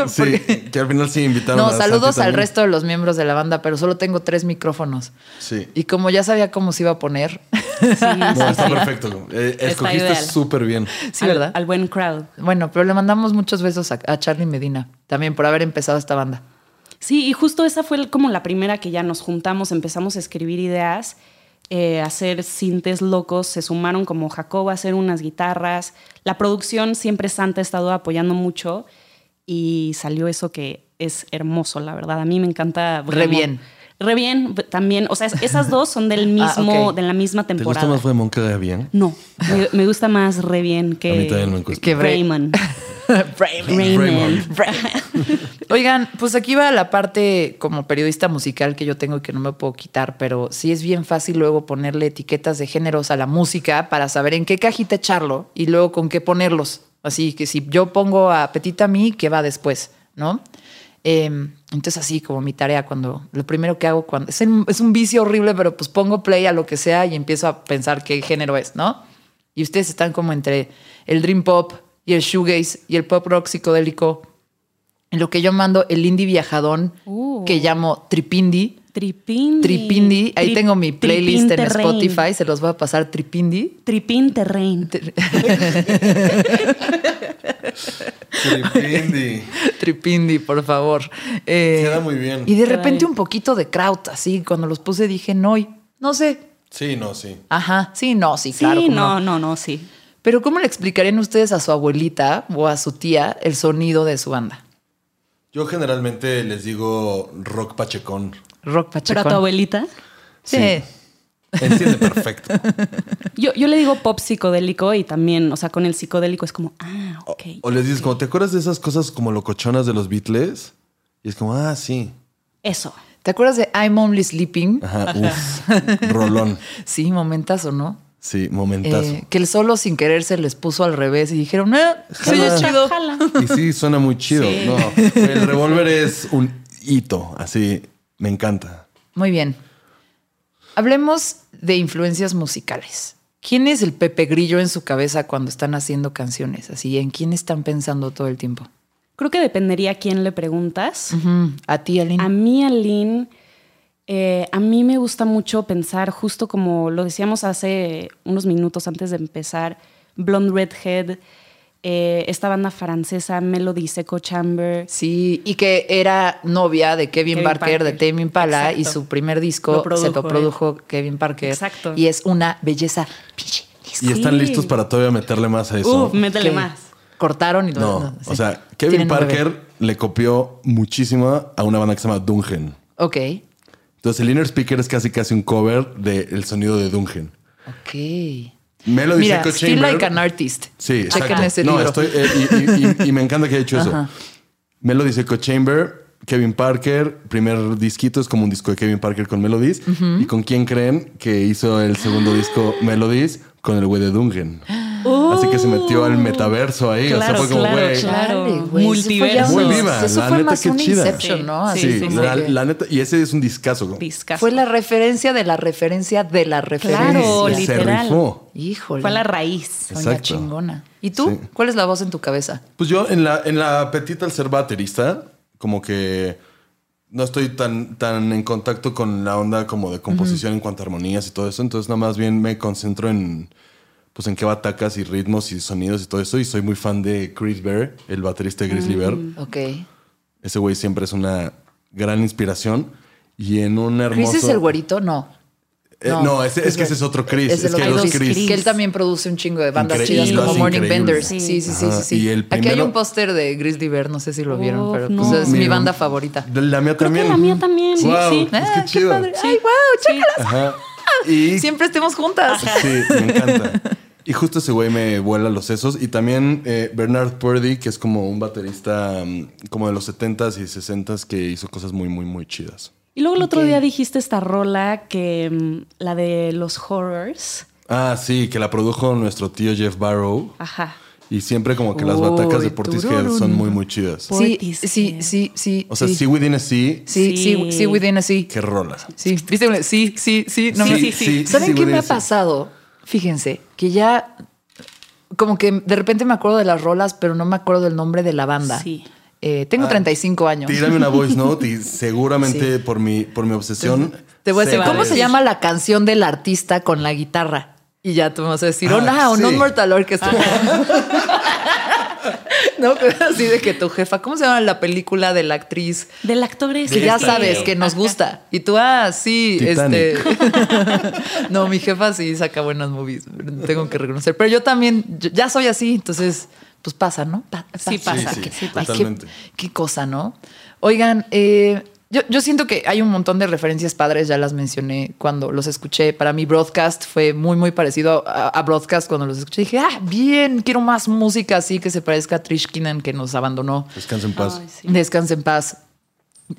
Sí, que al final sí invitaron No, a Santi saludos al también. resto de los miembros de la banda, pero solo tengo tres micrófonos. Sí. Y como ya sabía cómo se iba a poner, <laughs> Sí, No, sí, está sí. perfecto. Eh, Está escogiste ideal. súper bien. sí, al, ¿verdad? al buen crowd. Bueno, pero le mandamos muchos besos a, a Charlie Medina también por haber empezado esta banda. <laughs> Sí, y justo esa fue el- como la primera que ya nos juntamos, empezamos a escribir ideas, eh, a hacer sintes locos, se sumaron como Jacob a hacer unas guitarras. La producción siempre Santa ha estado apoyando mucho y salió eso que es hermoso, la verdad. A mí me encanta. Re bien. Ah, Re bien, b- también. O sea, es- esas dos <laughs> son del mismo, ok. de la misma ¿Te gusta temporada. más Fremont que de bien? no, me, me gusta más Re bien que. A mí también me gusta. Que bre- <laughs> Raymond. Brave. Raymond. <laughs> Oigan, pues aquí va la parte como periodista musical que yo tengo y que no me puedo quitar, pero sí es bien fácil luego ponerle etiquetas de géneros a la música para saber en qué cajita echarlo y luego con qué ponerlos. Así que si yo pongo a Petita mí, ¿qué va después? ¿No? Eh, entonces así como mi tarea cuando lo primero que hago cuando es, el- es un vicio horrible, pero pues pongo play a lo que sea y empiezo a pensar qué género es, ¿no? Y ustedes están como entre el dream pop y el shoegaze y el pop rock psicodélico en lo que yo mando el indie viajadón Uh. que llamo Tripindi. Tripindi. Tripindi, ahí Tri- tengo mi playlist Tripin en Terrain. Spotify, se los voy a pasar Tripindi. <laughs> Tripin Terrain. Tripindi. Tripindi, por favor. Eh, Queda muy bien. Y de Queda repente bien. un poquito de kraut, así, cuando los puse dije, no, y- no sé. Sí, no, sí. Ajá, sí, no, sí, Sí, claro. cómo no, no, no, sí. Pero ¿cómo le explicarían ustedes a su abuelita o a su tía el sonido de su banda? Yo generalmente les digo rock pachecón. Rock Pero a Pachecón. tu abuelita. Sí. Entiende perfecto. Yo, yo le digo pop psicodélico y también, o sea, con el psicodélico es como, ah, O, <laughs> ok. o les dices, como, ¿te acuerdas de esas cosas como locochonas de los Beatles? Y es como, ah, sí. Eso. ¿Te acuerdas de I'm Only Sleeping? Ajá, uff. Rolón. Sí, momentazo, ¿no? Sí, momentazo. Eh, que el solo sin querer se les puso al revés y dijeron, ah, se oye Jala. chido. Jala. Y sí, suena muy chido. No, el revólver es un hito, así. Me encanta. Muy bien. Hablemos de influencias musicales. ¿Quién es el Pepe Grillo en su cabeza cuando están haciendo canciones? Así, ¿en quién están pensando todo el tiempo? Creo que dependería a quién le preguntas. Ujú. A ti, Aline. A mí, Aline, eh, a mí me gusta mucho pensar, justo como lo decíamos hace unos minutos antes de empezar, Blonde Redhead, eh, esta banda francesa, Melody Seco Chamber. Sí, y que era novia de Kevin, Kevin Parker, de Parker. Tame Impala, Exacto. y su primer disco Lo produjo se lo él. produjo Kevin Parker. Exacto. Y es una belleza. Pinche disco. Y están Sí. listos para todavía meterle más a eso. Uf, métele Que más. Cortaron y no, no, sí. o sea, Kevin Tienen nueve. Parker le copió muchísimo a una banda que se llama Dungeon. Ok. Entonces el Inner Speaker es casi casi un cover del sonido de Dungeon. Ok. Melody Mira, Seco Still Chamber- Like an Artist. Sí, Chequen exacto. ese no, libro. estoy eh, y, y- y- y me encanta que haya hecho eso. Melody Seco Chamber, Kevin Parker, primer disquito es como un disco de Kevin Parker con Melodies. ¿Y con quién creen que hizo el segundo disco Melodies? Con el güey de <gasps> Dungen. Así que se Oh. metió al metaverso ahí. o sea, Claro, fue como, claro, güey. claro. Chale, güey, eso fue ya Multiverso. un- Muy viva, Eso la fue neta, más qué una chida. Inception, ¿no? Sí, Así Ah, Sí, sí, como la, que- la neta. Y ese es un discazo. güey. Discazo. Fue la referencia de la referencia de la referencia. Claro, se literal. rifó. Híjole. Fue la raíz. Doña Exacto. chingona. ¿Y tú? Sí. ¿Cuál es la voz en tu cabeza? Pues yo en la, en la petita al ser baterista, como que no estoy tan, tan en contacto con la onda como de composición en cuanto a armonías y todo eso. Entonces nada más bien me concentro en pues en qué batacas y ritmos y sonidos y todo eso. Y soy muy fan de Chris Bear, el baterista de Grizzly Bear. Ok. Ese güey siempre es una gran inspiración. Y en un hermoso... ¿Chris es el güerito? No. Eh, no, ese- es, que ese es otro Chris. Es, el que hay otro dos Chris. Chris. Que él también produce un chingo de bandas Increíble, chidas lo como hace Morning increíble. Benders. Sí, sí, sí, sí. Ajá, sí. y el Aquí hay primero- un póster de Grizzly Bear, no sé si lo vieron, Uf, pero no. pues, es mi Mira, banda favorita. La mía Creo que también. la mía también, sí, Guau, sí. pues Ah, qué qué chido. padre. Ay, wow, chécalas. <laughs> Ajá. Y Siempre estemos juntas. <laughs> Sí, me encanta. Y justo ese güey me vuela los sesos. Y también eh, Bernard Purdy, que es como un baterista mm, como de los 70s y 60s que hizo cosas muy, muy, muy chidas. Y luego el otro Ok. día dijiste esta rola que mm, la de los horrors. Ah, sí, que la produjo nuestro tío Jeff Barrow. Ajá. Y siempre como que las Uy, batacas de Portishead tururún. son muy, muy chidas. Sí, Portishead. sí, sí, sí. O sea, sí, sí, Within a Sea, sí, sí, Sí. sí, within a sí. qué rola. Sí, ¿viste? Sí, sí, sí. No Sí, me- sí, sí. ¿Saben qué me Within a ha Sea. pasado? Fíjense, que ya como que de repente me acuerdo de las rolas, pero no me acuerdo del nombre de la banda. Sí. Eh, tengo 35 años. Tírame una voice <laughs> note y seguramente por, mi, por mi obsesión. Te voy a sé decir, cuál ¿cómo es. se llama la canción del artista con la guitarra? Y ya tú me vas a decir, Ah, oh, no, o sí. no Mortal Orchestra. <laughs> no, pero así de que tu jefa, ¿cómo se llama la película de la actriz? Del actor ese. Que ya este que- sabes que nos gusta. Y tú, ah, sí, <laughs> Titanic. este. <laughs> no, mi jefa sí saca buenas movies. Tengo que reconocer. Pero yo también, yo- ya soy así, entonces, pues pasa, ¿no? Pa- Sí pasa, Sí, sí, Ay, qué- totalmente. qué cosa, ¿no? Oigan, eh, Yo, yo siento que hay un montón de referencias padres, ya las mencioné cuando los escuché. Para mí, Broadcast fue muy, muy parecido a, a Broadcast cuando los escuché. Dije, ah, bien, quiero más música así que se parezca a Trish Kinnan que nos abandonó. Descansa en paz. Ay, sí. Descansa en paz.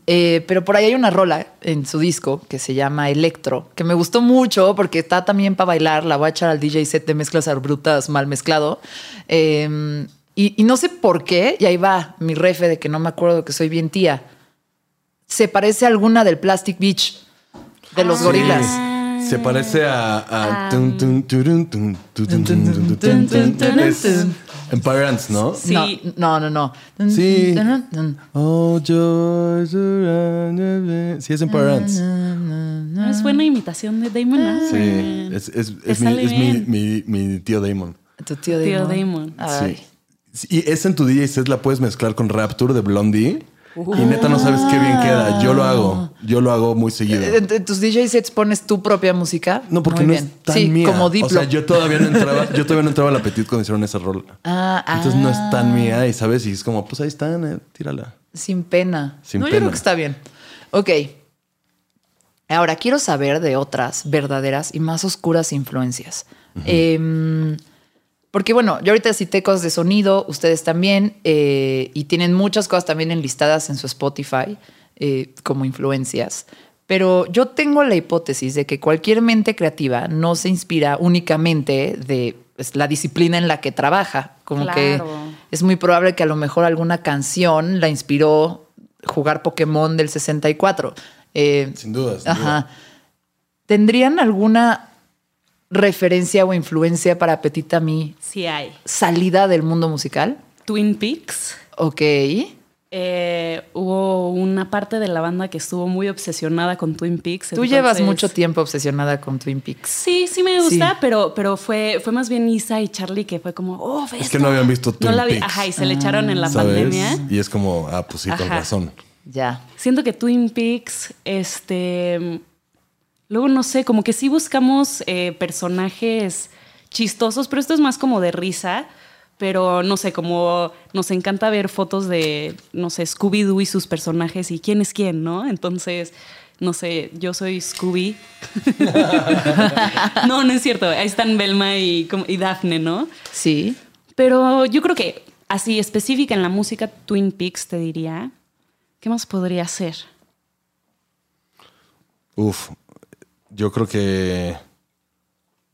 Eh, pero por ahí hay una rola en su disco que se llama Electro, que me gustó mucho porque está también para bailar. La voy a echar al DJ set de mezclas brutas mal mezclado. Eh, y, y no sé por qué, y ahí va mi refe de que no me acuerdo que soy bien tía. Se parece a alguna del Plastic Beach de los Sí. gorilas. Se parece a. a- Ah. tun, tun, turun, tun, tu, tun, tun, tun, tun, tun, tun. Es Empire Ants, ¿no? Sí. No, no, no. no. Sí. Oh, joy. surrounded by- Sí, es Empire Ants. Ah, No es buena imitación de Damon. Sí. Albarn. Es, es, es Te mi, sale es mi- bien. mi- mi tío Damon. Tu tío Damon. Tío Damon. Ay. Sí. Sí, Y esa en tu DJ set la puedes mezclar con Rapture de Blondie. Uh. Y neta no sabes qué bien queda. Yo lo hago. Yo lo hago muy seguido. Eh, En en tus DJ sets pones tu propia música. No, porque Muy no bien. es tan sí, mía. Como Diplo. O sea, yo todavía no <laughs> entraba, yo todavía no entraba al apetito cuando hicieron esa rola. Ah, Entonces no es tan ah. mía y sabes, y es como, pues ahí están, eh, tírala. Sin pena. Sin no, yo pena. creo que está bien. Ok. Ahora quiero saber de otras verdaderas y más oscuras influencias. Em, porque bueno, yo ahorita cité cosas de sonido, ustedes también, eh, y tienen muchas cosas también enlistadas en su Spotify eh, como influencias. Pero yo tengo la hipótesis de que cualquier mente creativa no se inspira únicamente de pues, la disciplina en la que trabaja. Como que Claro. es muy probable que a lo mejor alguna canción la inspiró jugar Pokémon del 64. Eh, Sin duda. sin ajá. duda. ¿Tendrían alguna referencia o influencia para Petita Mi Sí hay. salida del mundo musical? Twin Peaks. Ok. Eh, hubo una parte de la banda que estuvo muy obsesionada con Twin Peaks. Tú llevas mucho tiempo obsesionada con Twin Peaks. Sí, sí me gusta, pero, pero fue, fue más bien Isa y Charlie que fue como, oh, ¿ves Es que no habían visto No Twin la vi, Peaks, Ah, ajá, y se le echaron en la ¿sabes? pandemia. Y es como, ah, pues sí, con Ajá. razón. Ya. Siento que Twin Peaks, este. Luego no sé, como que sí buscamos eh, personajes chistosos, pero esto es más como de risa. Pero no sé, como nos encanta ver fotos de, no sé, Scooby-Doo y sus personajes y quién es quién, ¿no? Entonces, no sé, yo soy Scooby. <laughs> no, no es cierto. Ahí están Belma y, como- y Daphne, ¿no? Sí. Pero yo creo que así específica en la música Twin Peaks te diría, ¿qué más podría ser? Uf, yo creo que,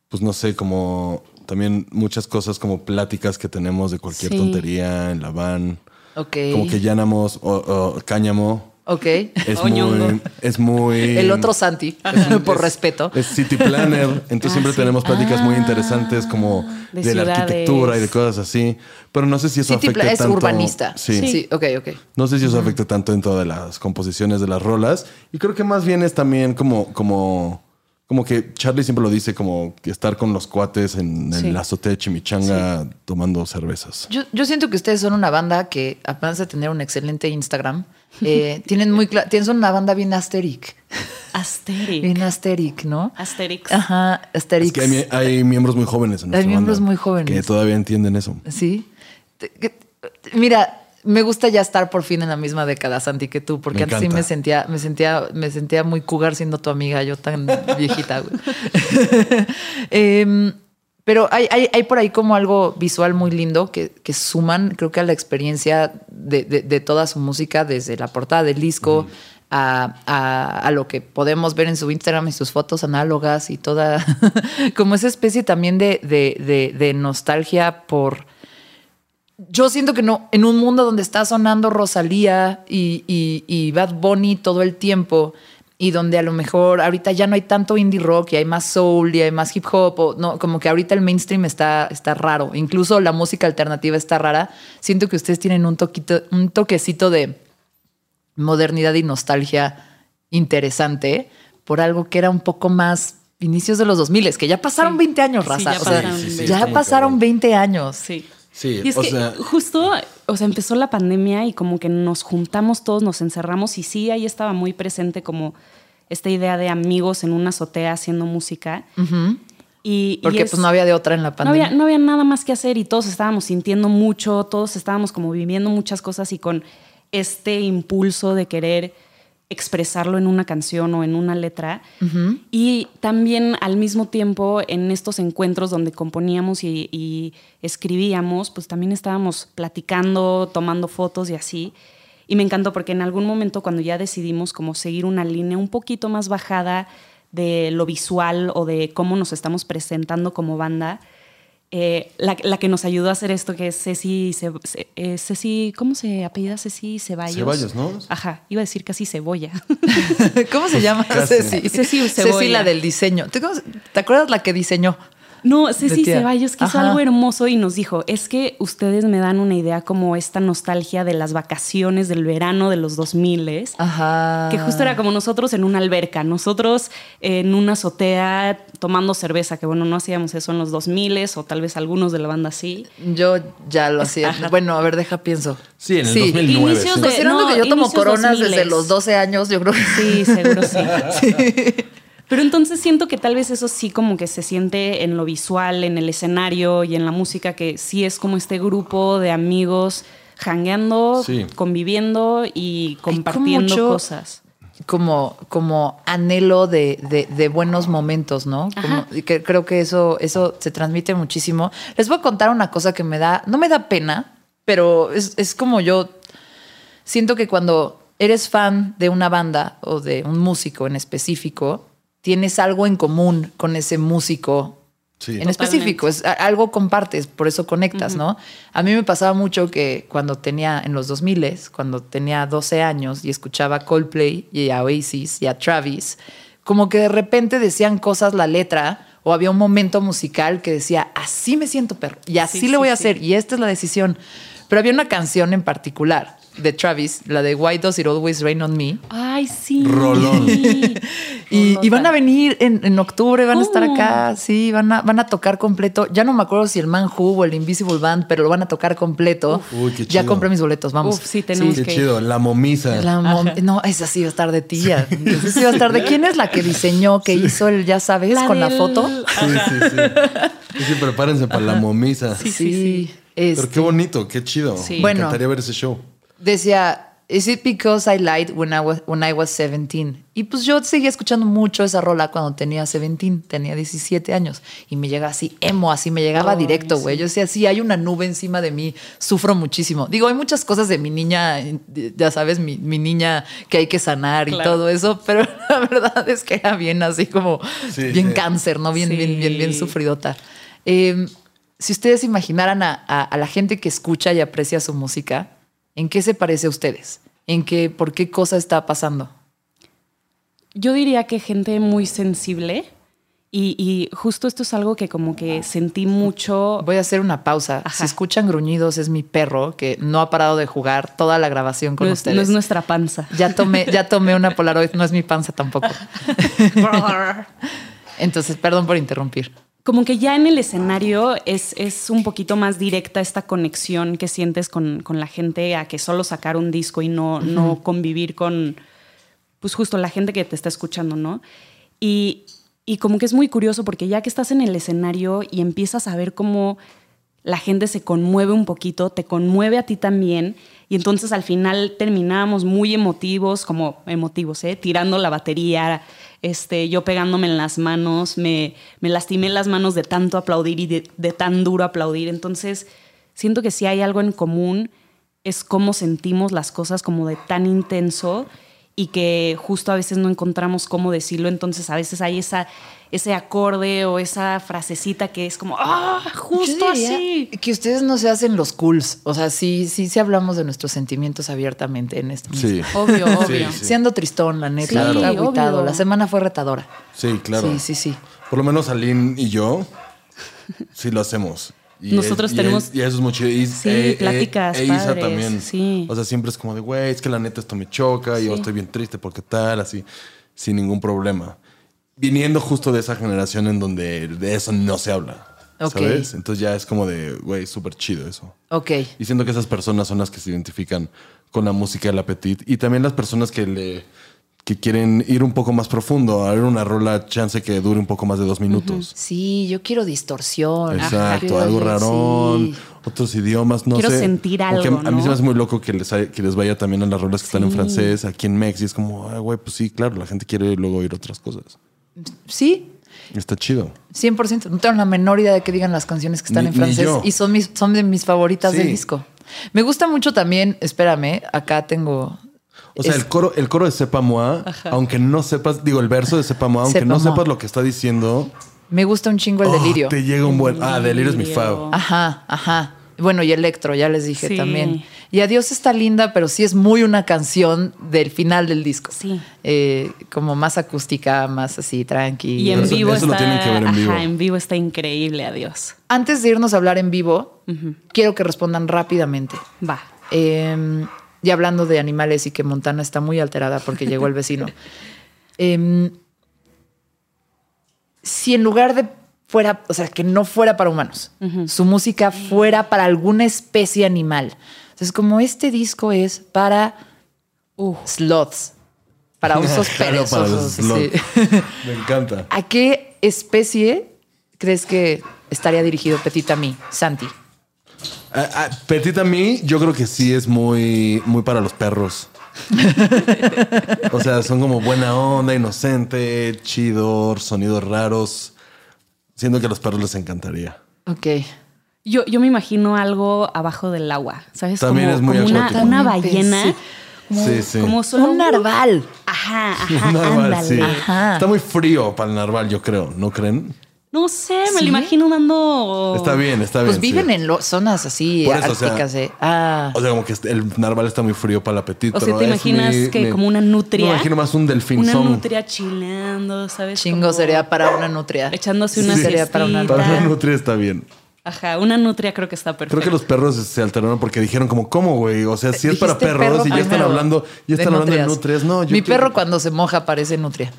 pues no sé, como también muchas cosas como pláticas que tenemos de cualquier Sí. tontería en la van. Ok. Como que Llanamos o, o Cáñamo Ok. es <laughs> O Ñongo. muy, es muy... El otro Santi, <laughs> por es- respeto. Ah, Es City Planner, entonces siempre tenemos pláticas muy interesantes como de de, la ciudades. arquitectura y de cosas así, pero no sé si eso City afecta Pla- es tanto- urbanista. Sí. sí, ok, ok. No sé si eso afecta tanto dentro de las composiciones de las rolas. Y creo que más bien es también como, como, como que Charlie siempre lo dice, como que estar con los cuates en, en Sí. la azotea de Chimichanga tomando cervezas. Yo, yo siento que ustedes son una banda que, además de tener un excelente Instagram, eh, <laughs> tienen muy cla- tienen- son una banda bien asteric. Asterix. Bien asteric, ¿no? Asterix. Ajá, asterix. Es que hay, mie- hay miembros muy jóvenes en nuestra miembros banda muy jóvenes. Que todavía entienden eso. Sí. Te- que- Mira, me gusta ya estar por fin en la misma década, Santi, que tú, porque Me antes sí encanta. me sentía, me sentía, me sentía muy cougar siendo tu amiga, yo tan <laughs> viejita, güey. Em, pero hay, hay- hay por ahí como algo visual muy lindo que, que suman, creo que a la experiencia de, de- de toda su música, desde la portada del disco a, a- a lo que podemos ver en su Instagram y sus fotos análogas y toda, <laughs> como esa especie también de, de- de- de nostalgia por, yo siento que no, en un mundo donde está sonando Rosalía y, y- y Bad Bunny todo el tiempo y donde a lo mejor ahorita ya no hay tanto indie rock y hay más soul y hay más hip hop, o no, como que ahorita el mainstream está, está raro, incluso la música alternativa está rara, siento que ustedes tienen un, toquito, un toquecito de modernidad y nostalgia interesante por algo que era un poco más inicios de los 2000, que ya pasaron Sí. 20 años, Sí, raza, ya o sea, pasaron Sí, sí, sí, 20. ya está muy pasaron cabrón. 20 años. Sí. Sí, Y es o que sea- justo, o sea, empezó la pandemia y como que nos juntamos todos, nos encerramos y sí, ahí estaba muy presente como esta idea de amigos en una azotea haciendo música. Y- y Porque es- pues no había de otra en la no pandemia. había, no había nada más que hacer y todos estábamos sintiendo mucho, todos estábamos como viviendo muchas cosas y con este impulso de querer expresarlo en una canción o en una letra. Y también al mismo tiempo en estos encuentros donde componíamos y, y escribíamos, pues también estábamos platicando, tomando fotos y así. Y me encantó porque en algún momento cuando ya decidimos como seguir una línea un poquito más bajada de lo visual o de cómo nos estamos presentando como banda, eh, la, la que nos ayudó a hacer esto, que es Ceci, Ce- Ce- eh, Ceci ¿cómo se apellida Ceci Ceballos? Ceballos, ¿no? Ajá, iba a decir casi cebolla. <laughs> <laughs> ¿Cómo se llama Casi. Ceci? Ceci Cebolla. Ceci, la del diseño. ¿Te, cómo se- te acuerdas la que diseñó? No, Ceci tía. Ceballos que hizo Ajá. algo hermoso y nos dijo, es que ustedes me dan una idea como esta nostalgia de las vacaciones del verano de los 2000 Ah. Ajá. que justo era como nosotros en una alberca, nosotros en una azotea tomando cerveza, que bueno, no hacíamos eso en los 2000 o tal vez algunos de la banda sí. Yo ya lo hacía. Bueno, a ver, deja, pienso. Sí, en el Sí. 2009. Inicios sí. de- Considerando No, que yo tomo inicios coronas 2000s. desde los 12 años, yo creo que Sí, seguro <laughs> sí. Pero entonces siento que tal vez eso sí como que se siente en lo visual, en el escenario y en la música, que sí es como este grupo de amigos jangueando, Sí. conviviendo y compartiendo mucho- cosas. como, como anhelo de, de- de buenos momentos, ¿no? Como- y que, creo que eso, eso se transmite muchísimo. Les voy a contar una cosa que me da, no me da pena, pero es, es como yo siento que cuando eres fan de una banda o de un músico en específico, tienes algo en común con ese músico Sí. en específico. Es, a- algo compartes, por eso conectas, ¿no? A mí me pasaba mucho que cuando tenía, en los 2000, cuando tenía 12 años y escuchaba Coldplay y a Oasis y a Travis, como que de repente decían cosas la letra o había un momento musical que decía, así me siento perro y así Sí, le voy sí, a hacer sí. y esta es la decisión. Pero había una canción en particular de Travis, la de Why Does It Always Rain on Me. Ay, sí. Rolón. <laughs> Y, Rolota. y van a venir en, en octubre, van a estar ¿Cómo? acá, sí, van a, van a tocar completo. Ya no me acuerdo si el Manhu o el Invisible Band, pero lo van a tocar completo. Uy, qué ya chido. compré mis boletos, vamos. Uf, sí, tenemos Qué que ir. chido, la momisa. La mom- no, esa sí iba a estar de tía. Esa sí iba a estar de quién es la que diseñó, que hizo el, ya sabes, La con la del- foto. Sí, sí, <laughs> sí. Sí, sí, prepárense para la momisa. Sí, sí, sí. este, Pero qué bonito, qué chido. Sí. Me Bueno. encantaría ver ese show. decía, is it because I lied when I was, when I was 17? Y pues yo seguía escuchando mucho esa rola cuando tenía 17, tenía 17 años. Y me llega así, emo, así me llegaba Ay, directo, güey. Yo decía, sí, hay una nube encima de mí, sufro muchísimo. Digo, hay muchas cosas de mi niña, eh, ya sabes, mi, mi niña que hay que sanar y Claro. todo eso, <laughs> pero la verdad es que era bien así como, Sí, bien sí. cáncer, ¿no? Bien, bien, bien, bien Sí. sufridota. Eh, si ustedes imaginaran a, a- a la gente que escucha y aprecia su música, ¿en qué se parece a ustedes? ¿En qué, por qué cosa está pasando? Yo diría que gente muy sensible y, y justo esto es algo que como que sentí mucho. Voy a hacer una pausa. Ajá. Si escuchan gruñidos, es mi perro que no ha parado de jugar toda la grabación con No es, ustedes. no es nuestra panza. Ya tomé, ya tomé una Polaroid, no es mi panza <laughs> tampoco. Entonces, perdón por interrumpir. como que ya en el escenario es, es un poquito más directa esta conexión que sientes con, con la gente a que solo sacar un disco y no, no convivir con, pues justo la gente que te está escuchando, ¿no? Y, y como que es muy curioso porque ya que estás en el escenario y empiezas a ver cómo la gente se conmueve un poquito, te conmueve a ti también, y entonces al final terminábamos muy emotivos, como emotivos, ¿eh? tirando la batería, este, yo pegándome en las manos, me, me lastimé las manos de tanto aplaudir y de, de tan duro aplaudir, entonces siento que si hay algo en común es cómo sentimos las cosas como de tan intenso y que justo a veces no encontramos cómo decirlo, entonces a veces hay esa, ese acorde o esa frasecita que es como, ¡ah! justo Yo diría así. Que ustedes no se hacen los cools. O sea, sí, sí, sí hablamos de nuestros sentimientos abiertamente en este Sí. momento. Obvio, obvio. Sí, sí. Siendo tristón, la neta, Sí, está obvio. agüitado. La semana fue retadora. Sí, claro. Sí, sí, sí. Por lo menos Aline y yo sí lo hacemos. Y Nosotros es- y tenemos- es- Y, eso es muy chido. Y, Sí, pláticas e Isa padres, también. sí. O sea, siempre es como de, güey, es que la neta esto me choca. Yo estoy bien triste porque tal, así, sin ningún problema. Viniendo justo de esa generación en donde de eso no se habla. Ok. ¿Sabes? Entonces ya es como de, güey, súper chido eso. Ok. Y siento que esas personas son las que se identifican con la música del Apetit y también las personas que le que quieren ir un poco más profundo, a ver una rola chance que dure un poco más de dos minutos. Sí, yo quiero distorsión. Exacto, Ajá. algo rarón, Sí. otros idiomas, no Quiero sé. sentir Como que algo, A mí se ¿no? me hace muy loco que les, hay- que les vaya también a las rolas que están en francés, aquí en Mex, y es como, ah, güey, pues sí, claro, la gente quiere luego oír otras cosas. Sí, Está chido. 100%. No tengo la menor idea de qué digan las canciones que están Ni- en ni francés yo. y son, mis, son de mis favoritas Sí. del disco. Me gusta mucho también, espérame, acá tengo... O sea, es- el coro, el coro de Sepa Moi, aunque no sepas, digo, el verso de Sepa Moi, aunque Sepa no Moi. sepas lo que está diciendo, me gusta un chingo el Oh, delirio. Te llega un buen. Ah, Delirio es mi favo. Ajá, ajá. Bueno, y Electro, ya les dije Sí. también. Y Adiós está linda, pero sí es muy una canción del final del disco. Sí. Eh, como más acústica, más así, tranqui. Y en Eso- vivo eso lo está, tienen que ver en ajá, vivo. en vivo está increíble, adiós. Antes de irnos a hablar en vivo, quiero que respondan rápidamente. Va. Eh, y hablando de animales y que Montana está muy alterada porque llegó el vecino. Eh, si en lugar de fuera, o sea, que no fuera para humanos, su música fuera para alguna especie animal. Entonces, como este disco es para sloths, <laughs> para osos Claro, para perezosos, los sí. <laughs> slots. Me encanta. ¿A qué especie crees que estaría dirigido Petita Mi, Santi? Ah, ah, Petita mí, yo creo que sí es muy, muy para <laughs> los perros. o sea, son como buena onda, inocente, chido, sonidos raros. Siento que a los perros les encantaría. Ok. Yo, yo me imagino algo abajo del agua, ¿sabes? También como es muy como una, acuático. una También ballena. pensé. Como, Sí, sí. como solo Un narval. Ajá, ajá, <laughs> Un narval, ándale. sí. Ajá. Está muy frío para el narval, yo creo, ¿no creen? No sé, me ¿Sí? lo imagino dando. Está bien, está Pues bien. viven sí. en lo- zonas así Por eso, o sea, árticas. eh. Ah, O sea, como que el narval está muy frío para el apetito. O sea, ¿te imaginas que como una nutria? Me imagino más un delfín Una son- nutria chileando, ¿sabes? chingo Como sería para una nutria. Echándose Sí, una sería para una siestita. Para una nutria está bien. Ajá, una nutria creo que está perfecta. Creo que los perros se alteraron porque dijeron como, ¿cómo, güey? O sea, si es para Dijiste perros perro y ya están primero. hablando, ya están hablando de nutrias. nutrias. No, yo Mi quiero- perro cuando se moja parece <laughs> nutria.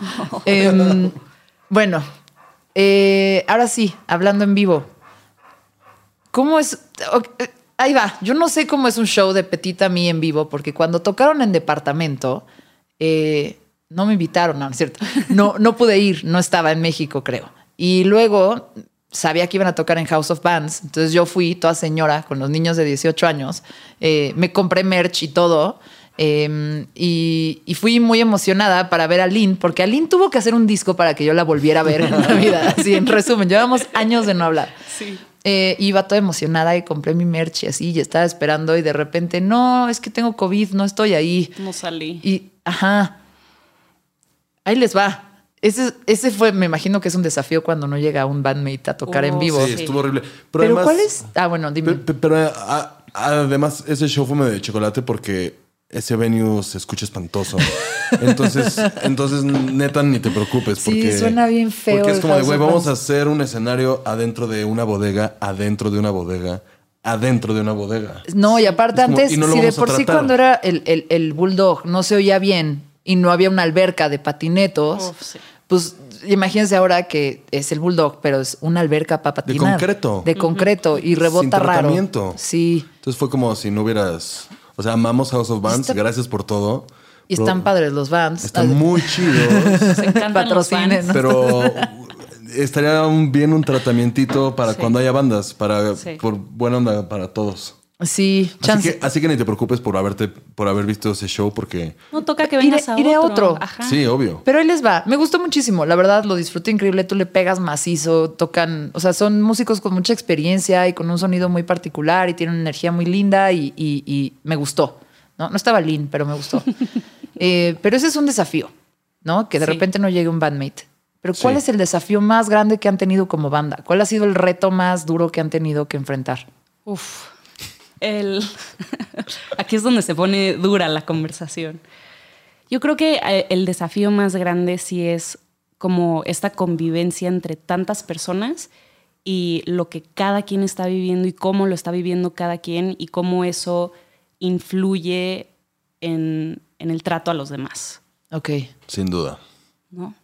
Em, bueno, eh, ahora sí, hablando en vivo. ¿Cómo es? ok, eh, ahí va. Yo no sé cómo es un show de Petita Mí en vivo, porque cuando tocaron en departamento, eh, no me invitaron, no, no es cierto. No, no pude ir, no estaba en México, creo. Y luego sabía que iban a tocar en House of Bands, entonces yo fui, toda señora, con los niños de 18 años, eh, me compré merch y todo. eh, y, y fui muy emocionada para ver a Lynn, porque a Lynn tuvo que hacer un disco para que yo la volviera a ver en la vida. Así, en resumen, llevamos años de no hablar. Sí. Eh, iba toda emocionada y compré mi merch y así, y estaba esperando y de repente, no, es que tengo COVID, no estoy ahí. No salí. Y, ajá, ahí les va. Ese, ese fue, me imagino que es un desafío cuando no llega un bandmate a tocar Oh, en vivo. Sí, Sí. estuvo horrible. Pero, Pero además, ¿cuál es? Ah, bueno, dime. pe- pe- pero eh, a- además, ese show fue medio de chocolate porque ese venue se <laughs> escucha espantoso. Entonces, entonces neta, ni te preocupes. Sí, Porque, suena bien feo Porque es el como de, House güey, of vamos Bands". a hacer un escenario adentro de una bodega, adentro de una bodega, adentro de una bodega. No, y aparte Es como, antes, y no lo si de vamos a por sí tratar. cuando era el, el- el bulldog no se oía bien y no había una alberca de patinetos, Uf, sí. pues imagínense ahora que es el bulldog, pero es una alberca para patinar. concreto. De concreto y rebota Sin raro. tratamiento. Sí. Entonces fue como si no hubieras. O sea, amamos House of Bands, Está- gracias por todo. Y Pero- están padres los vans. Están <laughs> muy chidos, Se encantan los Patrocinen, fans. ¿no? <laughs> pero estaría un- bien un tratamientito para cuando haya bandas, para Sí. por buena onda para todos. Sí, Así chance. que, así que ni te preocupes por haberte, por haber visto ese show, porque No toca que Iré- vengas a iré a otro. otro. Ajá. sí, obvio. Pero ahí les va. Me gustó muchísimo. La verdad, lo disfruté increíble. Tú le pegas macizo, tocan. O sea, son músicos con mucha experiencia y con un sonido muy particular y tienen una energía muy linda y, y- y me gustó. No, no estaba lean, pero me gustó. Eh, pero ese es un desafío, ¿no? Que de Sí. repente no llegue un bandmate. Pero ¿cuál Sí. es el desafío más grande que han tenido como banda? ¿Cuál ha sido el reto más duro que han tenido que enfrentar? Uf. El... <laughs> Aquí es donde se pone dura la conversación. Yo creo que eh, el desafío más grande sí es como esta convivencia entre tantas personas y lo que cada quien está viviendo y cómo lo está viviendo cada quien y cómo eso influye en, en el trato a los demás, Ok. Sin duda. ¿no?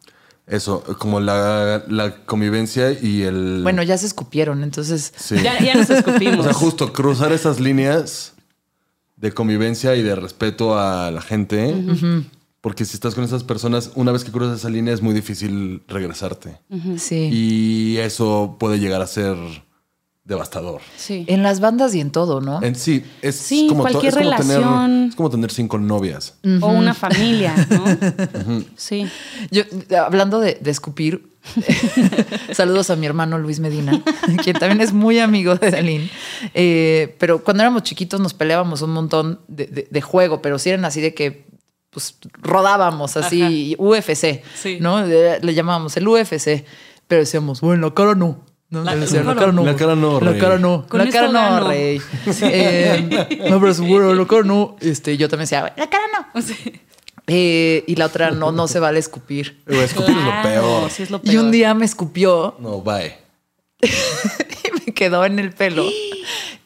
Eso, como la, la convivencia y el. Bueno, ya se escupieron, entonces. sí. Ya, ya nos <laughs> O escupimos. sea, justo cruzar esas líneas de convivencia y de respeto a la gente. Porque si estás con esas personas, una vez que cruzas esa línea es muy difícil regresarte. Sí. Y eso puede llegar a ser devastador. Sí. En las bandas y en todo, ¿no? En sí, es Sí, como, to- cualquier es como relación. tener, es como tener cinco novias. O una familia, ¿no? Sí. Yo, hablando de, de escupir, <laughs> saludos a mi hermano Luis Medina, <laughs> quien también es muy amigo de Dalín. Eh, pero cuando éramos chiquitos nos peleábamos un montón de, de- de juego, pero si eran así de que pues, rodábamos así UFC, Sí. ¿no? Le, le llamábamos el UFC, pero decíamos, bueno, la cara no. ¿no? La- Le decían, la la cara no. cara no, La rey". cara no. Con la cara eso no, gano. <laughs> rey. Eh, no, pero seguro, la cara no. Este, yo también decía, la cara no. Sí. Eh, y la otra no, no se vale escupir. Güey, Escupir Claro, es lo peor. sí es lo Y un peor. día me <laughs> escupió No, bye. y me quedó en el pelo. <gasps>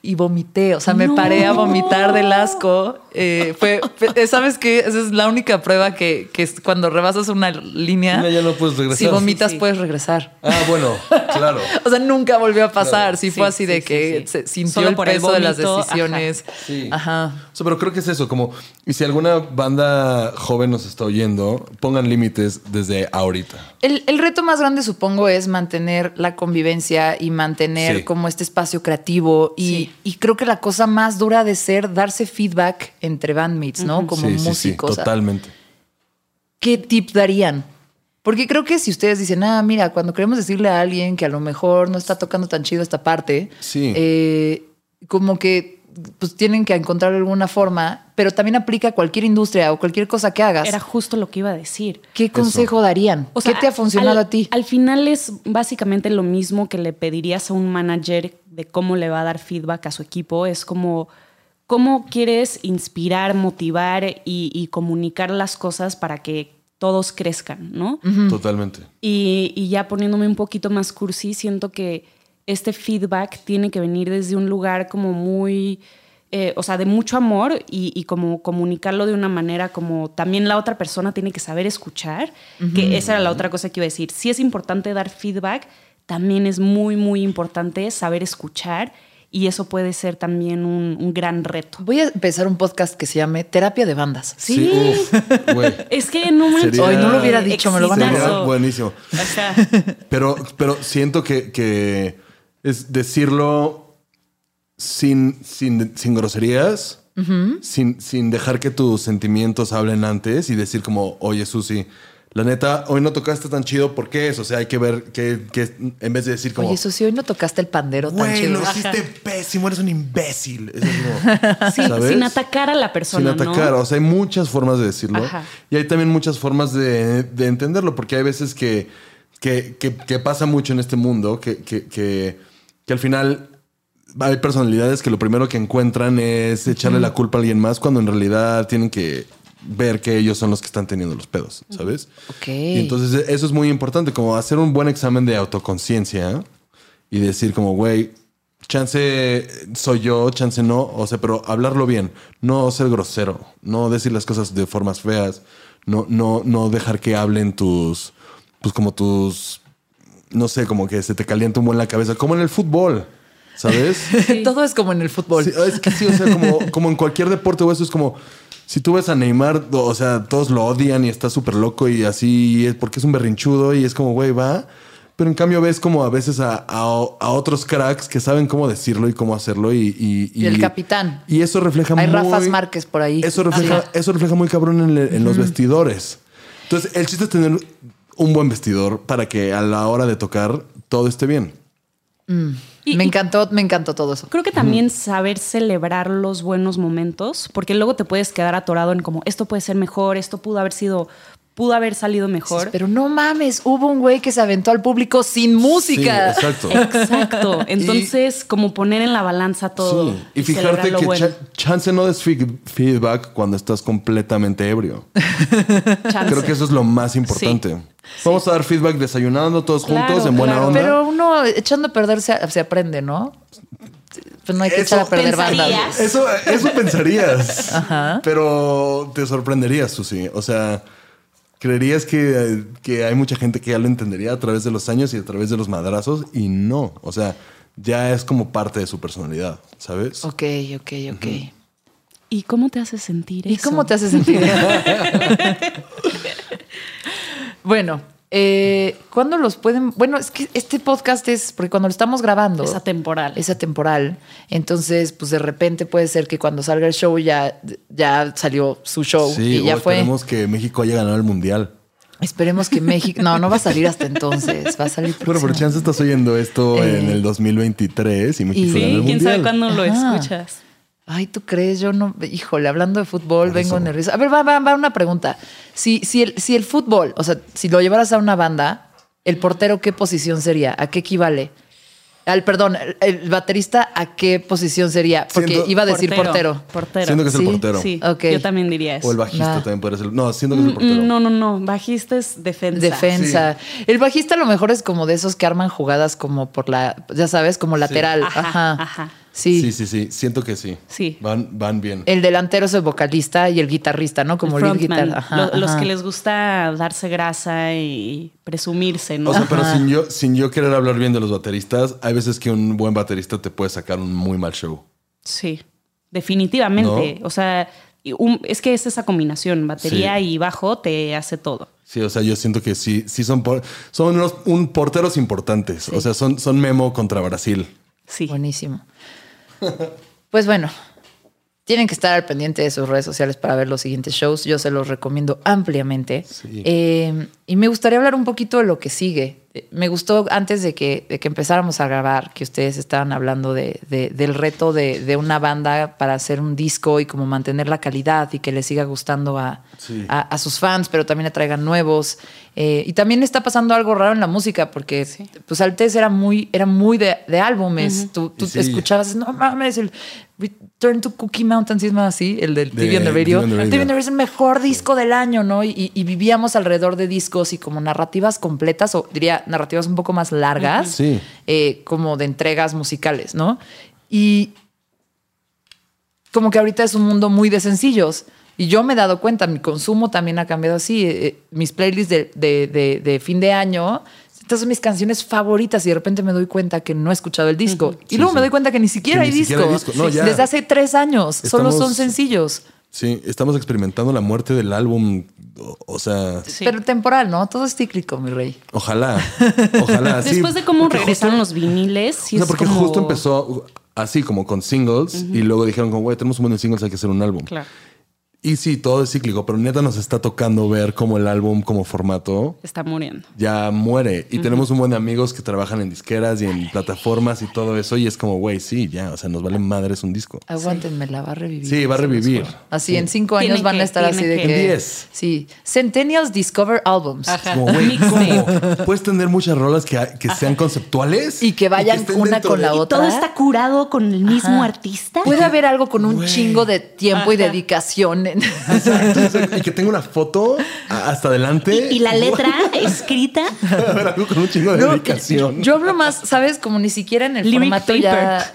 Y vomité, o sea, me No. paré a vomitar del asco. Eh, fue, fue- ¿sabes qué? Esa es la única prueba que, que es cuando rebasas una línea. No, ya no puedes regresar. Si vomitas, Sí, sí. puedes regresar. Ah, bueno, claro. O sea, nunca volvió a pasar. Sí, Sí, fue así sí, de sí, que sí. se sintió Solo el por el peso de las vómito, ajá. decisiones. Sí. Ajá. O sea, pero creo que es eso, como, y si alguna banda joven nos está oyendo, pongan límites desde ahorita. El, el reto más grande, supongo, es mantener la convivencia y mantener Sí. como este espacio creativo. Y, Sí. y creo que la cosa más dura de ser darse feedback entre bandmates, ¿no? Como Sí, sí, sí, músicos. totalmente. ¿Qué tip darían? Porque creo que si ustedes dicen, ah, mira, cuando queremos decirle a alguien que a lo mejor no está tocando tan chido esta parte, Sí. eh, como que pues tienen que encontrar alguna forma, pero también aplica a cualquier industria o cualquier cosa que hagas. Era justo lo que iba a decir. ¿Qué consejo darían? O sea, ¿Qué te ha funcionado al- a ti? Al final es básicamente lo mismo que le pedirías a un manager de cómo le va a dar feedback a su equipo. Es como cómo quieres inspirar, motivar y, y comunicar las cosas para que todos crezcan, ¿no? Totalmente. Y, y ya poniéndome un poquito más cursi, siento que este feedback tiene que venir desde un lugar como muy, eh, o sea, de mucho amor y, y, como comunicarlo de una manera como también la otra persona tiene que saber escuchar, uh -huh. que esa era la otra cosa que iba a decir. Sí es importante dar feedback, también es muy, muy importante saber escuchar y eso puede ser también un, un, gran reto. Voy a empezar un podcast que se llame Terapia de Bandas. Sí, sí uf, güey. es que no me Hoy no lo hubiera dicho, me <laughs> lo van a decir. Buenísimo. O sea. Pero, pero siento que, que, es decirlo sin, sin, sin groserías. Uh -huh. sin, sin dejar que tus sentimientos hablen antes y decir como, oye Susi, la neta, hoy no tocaste tan chido, ¿por qué es? O sea, hay que ver que, que en vez de decir como. Oye, eso sí, hoy no tocaste el pandero tan Güey, chido. lo hiciste pésimo, eres un imbécil. Eso <laughs> es como, sí, sin atacar a la persona. Sin atacar. ¿no? O sea, hay muchas formas de decirlo. Ajá. Y hay también muchas formas de, de entenderlo, porque hay veces que, que, que, pasa mucho en este mundo que, que al final hay personalidades que lo primero que encuentran es echarle mm. la culpa a alguien más cuando en realidad tienen que ver que ellos son los que están teniendo los pedos, ¿sabes? Ok. <laughs> Y entonces e, eso es muy importante, como hacer un buen examen de autoconciencia y decir como, güey, chance soy yo, chance no, o sea, pero hablarlo bien, no ser grosero, no decir las cosas de formas feas, no, no, no dejar que hablen tus, pues como tus, no sé, como que se te calienta un buen la cabeza, como en el fútbol. ¿Sabes? Sí. Todo es como en el fútbol. Sí, es que sí, o sea, como, como en cualquier deporte o eso es como, si tú ves a Neymar, o sea, todos lo odian y está súper loco y así, es porque es un berrinchudo y es como, güey, va. Pero en cambio ves como a veces a, a, a otros cracks que saben cómo decirlo y cómo hacerlo y... Y, y, y el capitán. Y eso refleja Hay muy... Hay Rafas Márquez por ahí. Eso refleja, Ajá. eso refleja muy cabrón en, le, en los mm. vestidores. Entonces, el chiste es tener un buen vestidor para que a la hora de tocar todo esté bien. Mm. Y, me encantó, me encantó todo eso. Creo que también saber celebrar los buenos momentos, porque luego te puedes quedar atorado en como esto puede ser mejor, esto pudo haber sido, pudo haber salido mejor. Sí, pero no mames, hubo un güey que se aventó al público sin música. Sí, <laughs> exacto. Exacto. Entonces, y, como poner en la balanza todo. Sí. Y, y, fijarte que bueno. ch chance no des feedback cuando estás completamente ebrio. Chance. Creo que eso es lo más importante. Ah, Sí. Vamos a dar feedback desayunando todos claro, juntos en buena claro. onda. Pero uno echando a perder se, se aprende, ¿no? Pues no hay que eso, echar a perder banda. Eso, eso pensarías. <laughs> Ajá. Pero te sorprenderías, Susi. O sea, creerías que, que, hay mucha gente que ya lo entendería a través de los años y a través de los madrazos y no. O sea, ya es como parte de su personalidad, ¿sabes? Ok, ok, ok. Uh -huh. ¿Y cómo te hace sentir ¿Y eso? cómo te hace sentir? <laughs> Bueno, eh, ¿cuándo los pueden? Bueno, es que este podcast es porque cuando lo estamos grabando. Es atemporal. Es atemporal. Entonces, pues de repente puede ser que cuando salga el show ya, ya salió su show. Sí, y ya fue. Esperemos que México haya ganado el mundial. Esperemos que México. No, no va a salir hasta entonces. Va a salir. Pero por chance estás oyendo esto eh, en el 2023 y México y, gana el quién mundial. sabe cuándo lo Ajá. escuchas. Ay, ¿tú crees? Yo no. Híjole, hablando de fútbol, Por vengo nerviosa. A ver, va, va, va una pregunta. Si, si, el, si el fútbol, o sea, si lo llevaras a una banda, ¿el portero qué posición sería? ¿A qué equivale? Al, perdón, el baterista, ¿a qué posición sería? Porque siento, iba a decir portero. Portero. portero. Siento que es ¿Sí? el portero. Sí, okay. yo también diría eso. Mm, O el bajista ah. también puede ser. No, siento que es el portero. No, no, no. Bajista es defensa. Defensa. Sí. El bajista a lo mejor es como de esos que arman jugadas como por la, ya sabes, como lateral. Sí. Ajá, ajá. ajá. Sí. sí, sí, sí. Siento que sí. Sí. Eh, Van, van bien. El delantero es el vocalista y el guitarrista, ¿no? Como el, lead guitar. Ajá, Lo, ajá. Los que les gusta darse grasa y presumirse, ¿no? O sea, pero sin yo, sin yo querer hablar bien de los bateristas, hay veces que un buen baterista te puede sacar un muy mal show. Sí, definitivamente. ¿No? O sea, un, es que es esa combinación, batería sí. y bajo te hace todo. Sí, o sea, yo siento que sí, sí son, por, son unos, un porteros importantes. Sí. O sea, son, son Memo contra Brasil. Sí. Buenísimo. Pues bueno, tienen que estar al pendiente de sus redes sociales para ver los siguientes shows. Yo se los recomiendo ampliamente. Sí. Eh, y me gustaría hablar un poquito de lo que sigue. Me gustó antes de que, de que empezáramos a grabar, que ustedes estaban hablando de, de, del reto de, una banda para hacer un disco y como mantener la calidad y que le siga gustando a, sí. a, a, sus fans, pero también atraigan nuevos. Eh, y también está pasando algo raro en la música, porque sí. pues antes era muy, era muy de, álbumes. Uh -huh. Tú, tú escuchabas, no mames, el Return to Cookie Mountain, si es más así, el del De- TV on the Radio. TV on the Radio. TV on the Radio es el mejor disco del año, ¿no? Y, y vivíamos alrededor de discos y como narrativas completas, o diría narrativas un poco más largas, Sí. eh, como de entregas musicales, ¿no? Y como que ahorita es un mundo muy de sencillos. Y yo me he dado cuenta, mi consumo también ha cambiado así. Eh, eh, mis playlists de, de- de- de fin de año, estas son mis canciones favoritas y de repente me doy cuenta que no he escuchado el disco. Y Sí, luego me sí. doy cuenta que ni siquiera, Que hay, ni siquiera disco. hay disco. No, ya. Desde hace tres años, solo Estamos- son sencillos, Sí, estamos experimentando la muerte del álbum. O, o sea, Sí. pero temporal, ¿no? Todo es cíclico, mi rey. ojalá. <laughs> Ojalá. sí. Después de cómo Porque regresaron justo- los viniles, sí o sea, es porque como- justo empezó así, como con singles, y luego dijeron, como, güey, tenemos un buen de singles, hay que hacer un álbum. Claro. Y sí, todo es cíclico, pero neta nos está tocando ver cómo el álbum, como formato, Está muriendo. ya muere. Y tenemos un buen de amigos que trabajan en disqueras y en plataformas y todo eso. Y es como, güey, sí, ya, o sea, nos vale madres un disco. Aguántenme, la va a revivir. Sí, va a revivir. Así en cinco Tienen años van que- a estar así tienen de que- que. En diez. Sí. Centennials Discover Albums. Ajá. Como, güey, Mixtape. ¿cómo? Puedes tener muchas rolas que, que sean conceptuales Y que vayan estén una dentro con de- la otra. Todo está curado con el mismo Ajá. artista. Puede haber algo con un chingo de tiempo y dedicación. <laughs> en- Exacto, exacto. Y que tenga una foto a- hasta adelante. Y la letra <laughs> escrita. Puede haber algo con un chingo de No, dedicación. Yo hablo más, ¿sabes? Como ni siquiera en el Lyric formato paper. ya.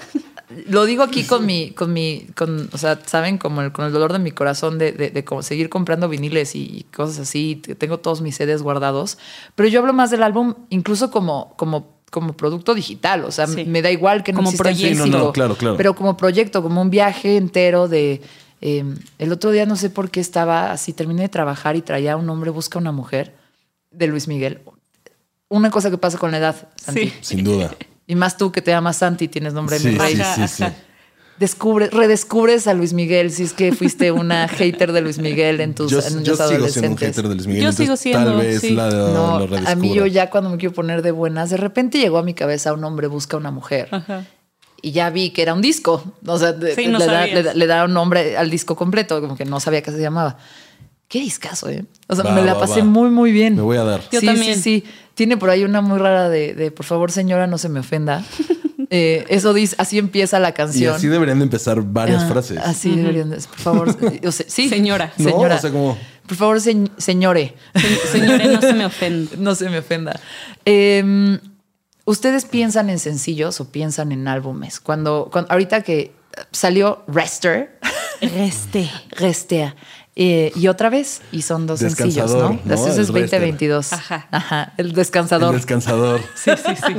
Lo digo aquí con mi, con mi, con, o sea, saben, como el, con el dolor de mi corazón de, de, de como seguir comprando viniles y, y cosas así. que Tengo todos mis CDs guardados, pero yo hablo más del álbum, incluso como, como, como producto digital. O sea, Sí. me da igual que no Como exista en proyecto. Sí, no, no, físico, claro, claro. Pero como proyecto, como un viaje entero de. eh, el otro día no sé por qué estaba así, terminé de trabajar y traía un hombre busca una mujer de Luis Miguel. Una cosa que pasa con la edad, Santi. Sin duda. Y más tú que te llamas Santi, tienes nombre de mi Sí, rey. sí, sí, sí. Descubre, redescubres a Luis Miguel si es que fuiste <laughs> una hater de Luis Miguel en tus Yo, años yo sigo adolescentes. siendo un hater de Luis Miguel. Yo entonces sigo siendo, Tal vez sí. la de, No, lo a mí redescubra. yo ya cuando me quiero poner de buenas, de repente llegó a mi cabeza un hombre busca una mujer. Y ya vi que era un disco. O sea, de- Ah. Sí, no le, da, sabías. le da- le da un nombre al disco completo, como que no sabía qué se llamaba. Qué discazo, ¿eh? O sea, Va, me la va, pasé va. muy, muy bien. Me voy a dar. Yo sí, también. sí, sí. Tiene por ahí una muy rara de, de, por favor, señora, no se me <laughs> ofenda. Eh, eso dice, así empieza la Y canción. así deberían de empezar varias Ah, frases. Así deberían de- Por favor, eh, o sea, sí. <laughs> Señora. No, Señora. o sea, como- Por favor, señ- señore. <laughs> Se- Señores, no se me ofende. no se me ofenda. Eh, ¿Ustedes piensan en sencillos o piensan en álbumes? Cuando, cuando- ahorita que salió Rester, <laughs> Este. Reste. Restea, eh, y otra vez, y son dos sencillos, Descansador, ¿no? ¿no? Eso El es Rester. 2022. Ajá. El El descansador, descansador. Sí, sí, sí.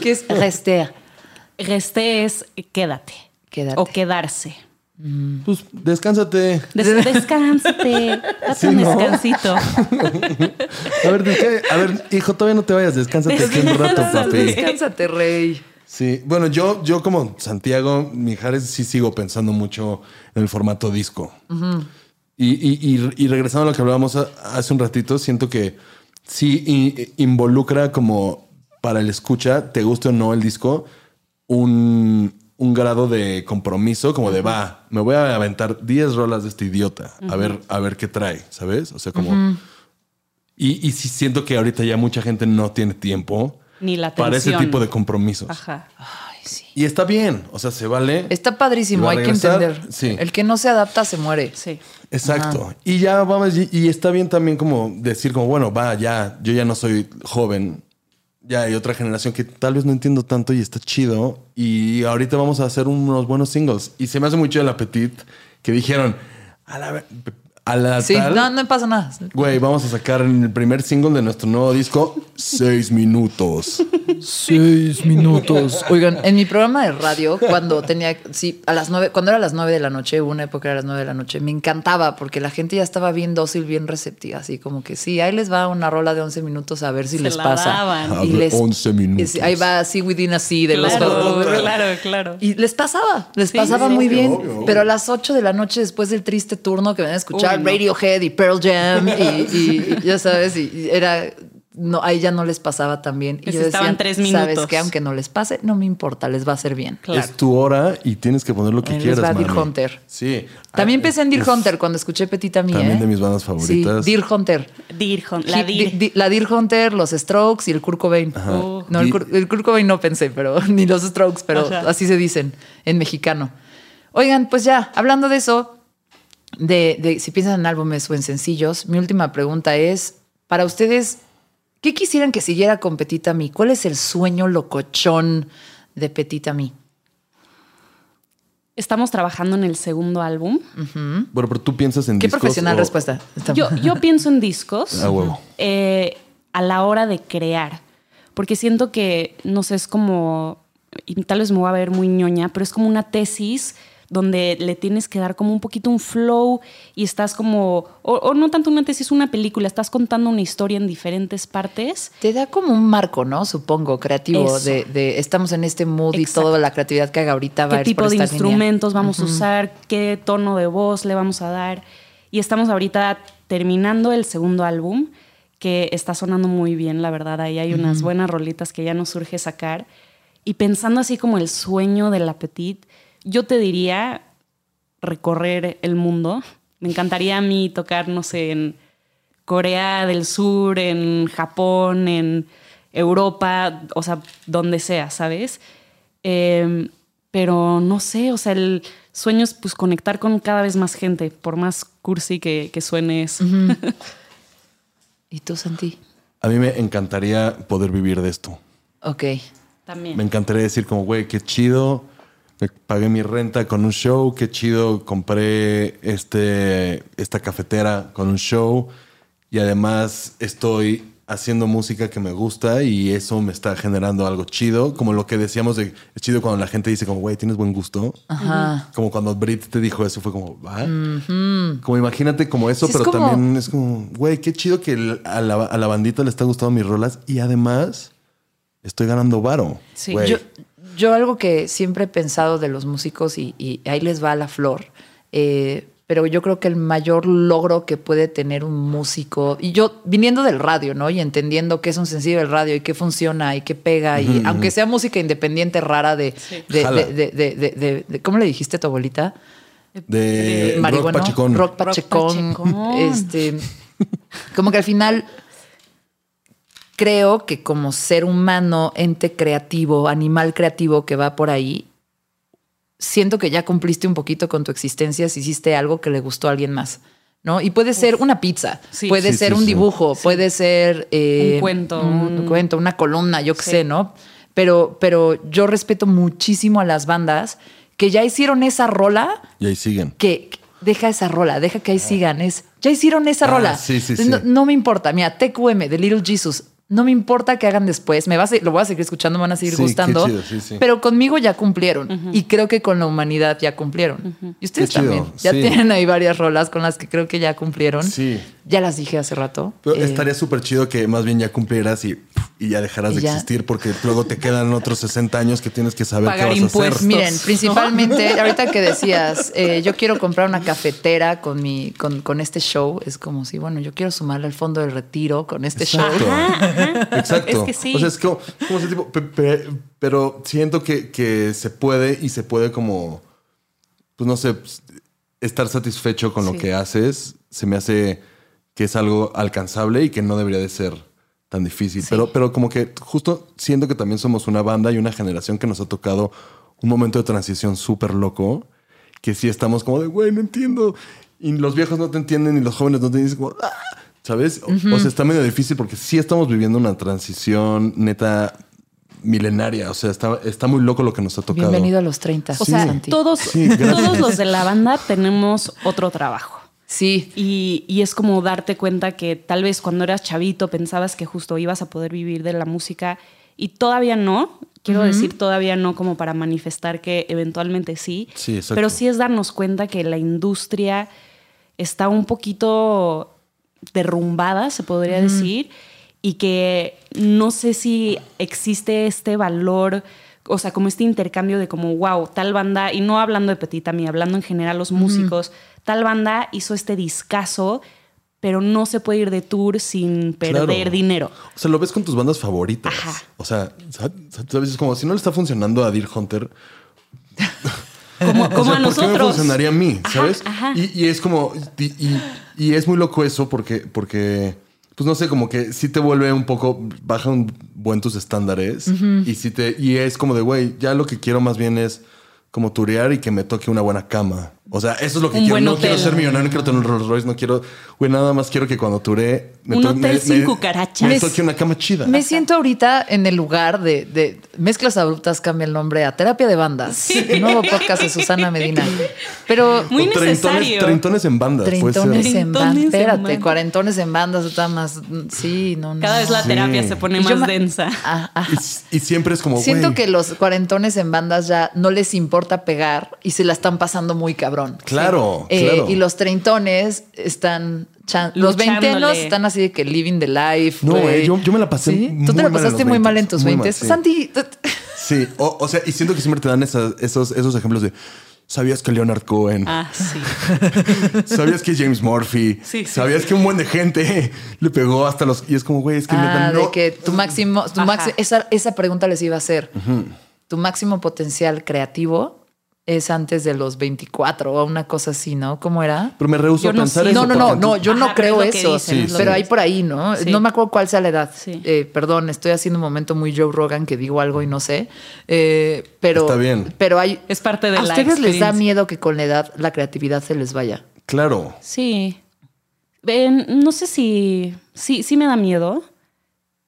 que es Restea. Resté es quédate. Quédate. <laughs> O quedarse. Pues descánsate. Des- descánsate. Date Sí, un ¿no? descansito. A ver, desca- a ver, hijo, todavía no te vayas. Descánsate aquí un rato, papi. Descánsate, rey. Sí, bueno, yo, yo como Santiago Mijares sí sigo pensando mucho en el formato disco. y, y- y- y regresando a lo que hablábamos a- hace un ratito, siento que sí i- involucra como para el escucha, te guste o no el disco, un, un grado de compromiso, como de va, me voy a aventar 10 rolas de este idiota, a, ver, a ver qué trae, ¿sabes? O sea, como... Y, y sí siento que ahorita ya mucha gente no tiene tiempo Ni la para ese atención. tipo de compromisos. Ajá. Y está bien, o sea, se vale. Está Y padrísimo, va a hay que regresar, entender. sí. El que no se adapta se muere. Sí. Exacto. Y ya vamos, y, y está bien también como decir como, bueno, va, ya, yo ya no soy joven. Ya hay otra generación que tal vez no entiendo tanto y está chido. Y ahorita vamos a hacer unos buenos singles. Y se me hace muy chido el apetit que dijeron a la, ve- a la Sí, tal, no, no pasa nada. Güey, vamos a sacar en el primer single de nuestro nuevo disco <laughs> seis minutos. Seis minutos. Pues, Oigan, en mi programa de radio, cuando tenía, sí, a las nueve, cuando era a las nueve de la noche, hubo una época era a las nueve de la noche, me encantaba porque la gente ya estaba bien dócil, bien receptiva, así como que sí, ahí les va una rola de 11 minutos a ver si Se les la pasa. daban. Abre 11 minutos. y ahí va así within así de Claro, los claro, claro. Y les pasaba, les Sí, pasaba sí, muy sí. bien. Obvio, obvio. Pero a las 8 de la noche, después del triste turno que venía a escuchar Uy, no. Radiohead y Pearl Jam, y, y- y ya sabes, y, y era no, a ella no les pasaba tan bien. Les estaban tres Sabes minutos". que aunque no les pase, no me importa, les va a hacer bien. Claro. Es tu hora y tienes que poner lo que Ahí les quieras. va Deer mami. Hunter. Sí. También Ah, pensé en Deer es Hunter cuando escuché Petita Mía. También ¿eh? de mis bandas favoritas. Sí, Deer Hunter. Dir, Hon- la Hi- dir. di- di- la Deer Hunter, los Strokes y el Kurt Cobain. Ajá. No, el, Di- Kurt- el Kurt Cobain no pensé, pero <laughs> ni los Strokes, pero Ajá. así se dicen en mexicano. Oigan, pues ya, hablando de eso, de, de si piensan en álbumes o en sencillos, mi última pregunta es, para ustedes, ¿qué quisieran que siguiera con Petita Mi? ¿Cuál es el sueño locochón de Petita Mi? Estamos trabajando en el segundo álbum. Bueno, pero tú piensas en Qué discos profesional o- respuesta. Yo, yo pienso en discos. A huevo. eh, a la hora de crear. Porque siento que, no sé, es como, y tal vez me voy a ver muy ñoña, pero es como una tesis donde le tienes que dar como un poquito un flow y estás como, o, o no tanto una tesis, una película, estás contando una historia en diferentes partes. Te da como un marco, ¿no? Supongo, creativo, Eso. de, de estamos en este mood Exacto. y toda la creatividad que haga ahorita va a qué ir tipo por de esta línea. instrumentos vamos a usar, qué tono de voz le vamos a dar. Y estamos ahorita terminando el segundo álbum, que está sonando muy bien, la verdad. Ahí hay unas buenas rolitas que ya nos surge sacar. Y pensando así como el sueño del Apetit, yo te diría recorrer el mundo. Me encantaría a mí tocar, no sé, en Corea del Sur, en Japón, en Europa, o sea, donde sea, ¿sabes? Eh, pero no sé, o sea, el sueño es pues conectar con cada vez más gente, por más cursi que, que suene eso. ¿Y tú, Santi? A mí me encantaría poder vivir de esto. Ok. También. Me encantaría decir como, güey, qué chido. Me pagué mi renta con un show, qué chido. Compré este, esta cafetera con un show. Y además estoy haciendo música que me gusta y eso me está generando algo chido. Como lo que decíamos de es chido cuando la gente dice como, güey, tienes buen gusto. Ajá. Como cuando Brit te dijo eso, fue como, va. Como imagínate como eso, Sí, es pero como- también es como, güey, qué chido que el- a la, a la bandita le está gustando mis rolas y además estoy ganando varo. Sí, güey. Yo, yo algo que siempre he pensado de los músicos y, y ahí les va la flor, eh, pero yo creo que el mayor logro que puede tener un músico, y yo viniendo del radio, ¿no? Y entendiendo qué es un sencillo del radio y qué funciona y qué pega, y aunque sea música independiente rara de... de- Jala. de- de- de- de- de- de- ¿Cómo le dijiste a tu abuelita? de Eh, Rock marihuana, Pachecón. Rock Pachecón, Pachecón. Este, como que al final creo que como ser humano, ente creativo, animal creativo que va por ahí, siento que ya cumpliste un poquito con tu existencia si hiciste algo que le gustó a alguien más. ¿No? Y puede ser una pizza, Sí. puede Sí, ser sí, un sí. dibujo, puede ser eh, Un cuento, un, un- cuento, una columna, yo qué Sí. sé, ¿no? Pero, pero yo respeto muchísimo a las bandas que ya hicieron esa rola, Y ahí siguen. que deja esa rola, deja que ahí sigan. Es, ya hicieron esa Ah, rola. sí, sí, sí. No, no me importa. Mira, TQM de Little Jesus. No me importa que hagan después. Me va a se- lo voy a seguir escuchando, me van a seguir Sí, qué gustando. chido, sí, sí. Pero conmigo ya cumplieron. Y creo que con la humanidad ya cumplieron. Y ustedes Qué chido, también. Ya sí. tienen ahí varias rolas con las que creo que ya cumplieron. Sí. Ya las dije hace rato. Pero Eh, estaría súper chido que más bien ya cumplieras y, y ya dejaras Y de ya. existir porque luego te quedan otros 60 años que tienes que saber Pagar qué vas a impuestos. hacer. Miren, principalmente, <laughs> ahorita que decías, eh, yo quiero comprar una cafetera con mi, con, con este show, es como si, bueno, yo quiero sumarle al fondo del retiro con este show. Exacto. Exacto. Es que sí. O sea, es como, como ese tipo, pe- pe- pero siento que, que se puede y se puede como, pues no sé, pues, estar satisfecho con lo que haces. Se me hace que es algo alcanzable y que no debería de ser tan difícil. Pero, pero como que justo siento que también somos una banda y una generación que nos ha tocado un momento de transición súper loco, que sí estamos como de, güey, no entiendo. Y los viejos no te entienden y los jóvenes no te dicen como, "Ah", ¿sabes? O- O sea, está medio difícil porque sí estamos viviendo una transición neta milenaria. O sea, está, está muy loco lo que nos ha tocado. Bienvenido a los 30. O sea, Santi. todos, Sí, gracias. todos los de la banda tenemos otro trabajo. Sí, Y, y es como darte cuenta que tal vez cuando eras chavito pensabas que justo ibas a poder vivir de la música y todavía no. Quiero decir todavía no como para manifestar que eventualmente sí. Sí, exacto. Pero sí es darnos cuenta que la industria está un poquito derrumbada, se podría decir, y que no sé si existe este valor, o sea, como este intercambio de como, wow, tal banda, y no hablando de Petita Mía, hablando en general los músicos, tal banda hizo este discazo, pero no se puede ir de tour sin perder Claro. <laughs> dinero. O sea, lo ves con tus bandas favoritas. Ajá. O sea, sa- sa- sabes, es como si no le está funcionando a Deer Hunter. Como, o como sea, a ¿por qué nosotros. me funcionaría a mí? Ajá, ¿Sabes? ajá. Y, y es como. Y, y- y es muy loco eso porque. porque pues no sé, como que sí te vuelve un poco, baja un buen tus estándares y sí te, y es como de, güey, ya lo que quiero más bien es como turear y que me toque una buena cama. O sea, eso es lo que Un quiero. buen No hotel. quiero ser millonario, no quiero tener un Rolls Royce, no quiero, güey, nada más quiero que cuando turee me Un to- hotel me- sin me- cucarachas. Me toque una cama chida. Me siento ahorita en el lugar de, de Mezclas Abruptas, cambia el nombre a Terapia de Bandas, el nuevo podcast de Susana Medina. Pero Muy O necesario. Treintones, treintones en banda. treintones en Treintones bandas, en espérate, bandas. cuarentones en bandas, está más... mm, Sí, no, no. Cada vez la Sí. terapia se pone Y yo más ma- <laughs> densa. Ah, ah. Y, y siempre es como, Siento Oh, güey, que los cuarentones en bandas ya no les importa pegar y se la están pasando muy cabrón. Claro, Eh, claro. Y los treintones están... chan- los Luchándole. veintenos están así de que living the life. No, güey. eh, yo- yo me la pasé Tú te muy la mal en los pasaste muy mal en 20s, tus muy mal, veintes. sí. Santi... Sí, o, o sea, y siento que siempre te dan esas- esos, esos ejemplos de. ¿Sabías que Leonard Cohen? Ah, sí. ¿Sabías que James Murphy? Sí, sí, ¿Sabías que un buen de gente <laughs> le pegó hasta los... Y es como, güey, es que Ah, neta, no... de que <laughs> tu máximo, tu Ajá. máximo- esa, esa pregunta les iba a hacer. Tu máximo potencial creativo es antes de los 24 o una cosa así, ¿no? ¿Cómo era? Pero me rehuso Yo a no pensar sé. No, eso. no, no, porque no, yo no Ajá, pero creo es lo que eso, dicen, Sí, es lo pero que hay por ahí, ¿no? Sí. No me acuerdo cuál sea la edad. Sí. Eh, perdón, estoy haciendo un momento muy Joe Rogan que digo algo y no sé, Eh, pero Está bien. Pero hay, Es parte de ¿a la ustedes les da experiencia. miedo que con la edad la creatividad se les vaya? Claro. Sí. Ven, no sé si. Sí, sí me da miedo.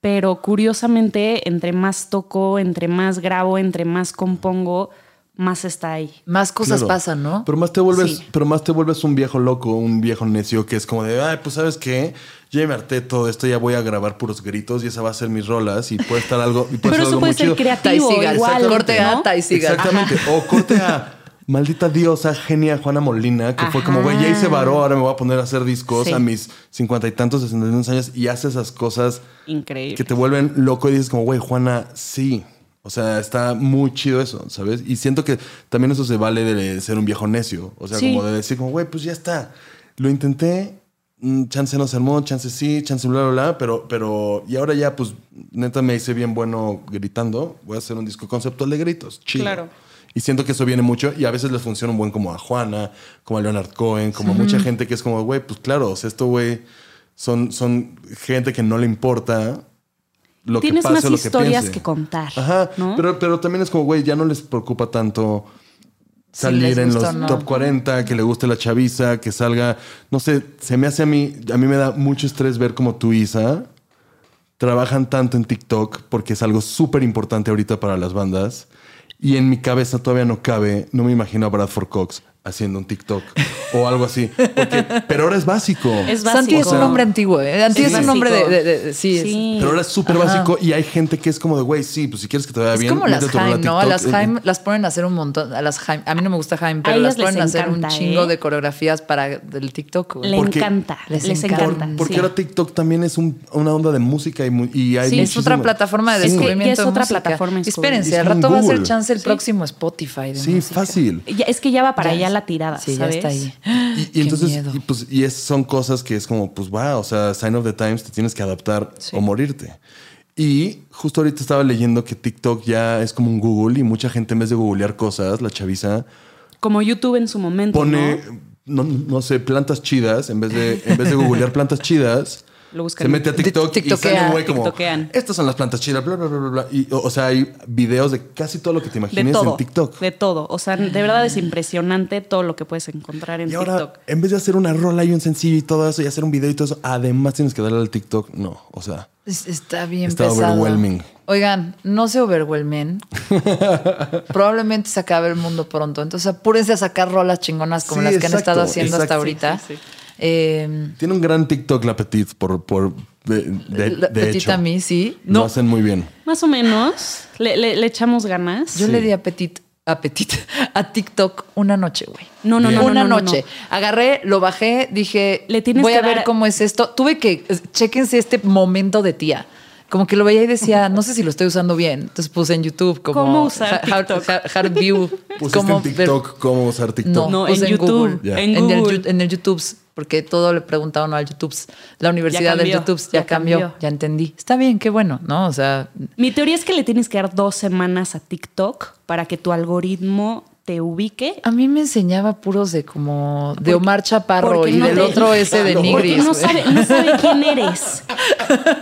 Pero curiosamente, entre más toco, entre más grabo, entre más compongo, más está ahí. Más cosas claro. pasan, ¿no? Pero más, te vuelves, Sí. pero más te vuelves un viejo loco, un viejo necio que es como de, ay, pues sabes qué, ya me harté todo esto, ya voy a grabar puros gritos y esa va a ser mis rolas y puede estar algo... Y Pero puede ser eso algo puede muy ser chido. creativo, Tai Sigal, igual. corte ¿no? a Tai Sigal. Exactamente. O corte a maldita diosa genia Juana Molina, que fue como, güey, ya hice varó, ahora me voy a poner a hacer discos Sí. a mis cincuenta y tantos, sesenta y tantos años y hace esas cosas Increíble. que te vuelven loco y dices como, güey, Juana, sí. O sea, está muy chido eso, ¿sabes? Y siento que también eso se vale de ser un viejo necio. O sea, Sí. como de decir como, güey, pues ya está. Lo intenté, mm, chance no se armó, chance sí, chance bla, bla, bla, pero, pero, y ahora ya, pues, neta me hice bien bueno gritando. Voy a hacer un disco conceptual de gritos. Chido. Claro. Y siento que eso viene mucho y a veces les funciona un buen como a Juana, como a Leonard Cohen, como a mucha gente que es como, güey, pues claro, o sea, esto, güey, son, son gente que no le importa lo Tienes que pase más o lo historias que, que, piense. contar. Ajá, ¿no? pero, pero también es como, güey, ya no les preocupa tanto Si salir les en gusta los o no. top 40, que le guste la chaviza, que salga, no sé, se me hace a mí, a mí me da mucho estrés ver como tú, Isa, trabajan tanto en TikTok porque es algo súper importante ahorita para las bandas y en mi cabeza todavía no cabe, no me imagino a Bradford Cox haciendo un TikTok o algo así, porque- pero ahora es básico. Es básico. Santi es un hombre antiguo, ¿eh? Santi Sí. es un Básico. hombre de... de- de- de- sí, es- Sí. Pero ahora es súper básico y hay gente que es como de, güey, sí, pues si quieres que te vaya Es bien. como las métete a tu rola Jaime, ¿no? A TikTok". las Eh, Jaime las ponen a hacer un montón. A las Jaime, a mí no me gusta Jaime, pero ellas las ponen les a hacer encanta, un chingo ¿eh? de coreografías para del TikTok. güey. Le Porque- encanta. Les Les, encanta. encanta. Por- Porque sí. ahora TikTok también es un- una onda de música y, mu- y hay Sí, es muchísima- otra plataforma de Es que- descubrimiento. es de otra música. plataforma de Espérense, al descubrimiento. rato Es va a como ser Google. chance el próximo Spotify. de Sí, música. fácil. Ya- es que ya va para allá la tirada, Sí, ¿sabes? ya está ahí. Y, y Qué entonces, miedo. y, pues, y es- son cosas que es como, pues va, o sea, sign of the times, te tienes que adaptar o morirte. Y justo ahorita estaba leyendo que TikTok ya es como un Google y mucha gente en vez de googlear cosas, la chaviza Como YouTube en su momento. pone, ¿no? no, no sé, plantas chidas, en vez de, en vez de googlear plantas chidas. Lo buscan. Se mete a TikTok y tiktokean, sale un güey como, tiktokean. estas son las plantas chidas, bla, bla, bla, bla, bla. Y, o, o sea, hay videos de casi todo lo que te De imagines todo. en TikTok. De todo. O sea, de verdad es impresionante todo lo que puedes encontrar en Y ahora, TikTok. en vez de hacer una rola y un sencillo y todo eso, y hacer un video y todo eso, además tienes que darle al TikTok. No, o sea, Es- Está bien Está pesado. overwhelming. Oigan, no se <laughs> overwhelmen. Probablemente se acabe el mundo pronto. Entonces apúrense a sacar rolas chingonas como Sí, las que han exacto, estado haciendo hasta exacto. ahorita. Sí, sí, sí. Eh, tiene un gran TikTok la Petit por, por de, de, la de Petita hecho. a mí, sí. Lo hacen muy bien. Más o menos. Le, le- le echamos ganas. Yo le di apetit, apetit <laughs> a TikTok una noche, güey. No, no, no, no, Una no, no, noche. Agarré, lo bajé, dije, Le tienes voy que a ver dar- cómo es esto. Tuve que, chéquense este momento de tía. Como que lo veía y decía, no sé si lo estoy usando bien. Entonces puse en YouTube como... ¿Cómo usar ha- hard- TikTok? ha- hard view. <laughs> Pusiste cómo en ver- TikTok cómo usar TikTok. No, No, puse en en, Google. YouTube, Ya. en En el, Google. yu- en el YouTube. porque todo le pregunta uno al YouTube. La universidad cambió, del YouTube ya, ya cambió, cambió. ya entendí. Está bien, qué bueno, ¿no? O sea, Mi teoría es que le tienes que dar dos semanas a TikTok para que tu algoritmo te ubique. a mí me enseñaba puros de como de Porque- Omar Chaparro porque y no del te- otro ese de Claro, porque Porque Nigris. no güey. sabe, no sabe quién eres.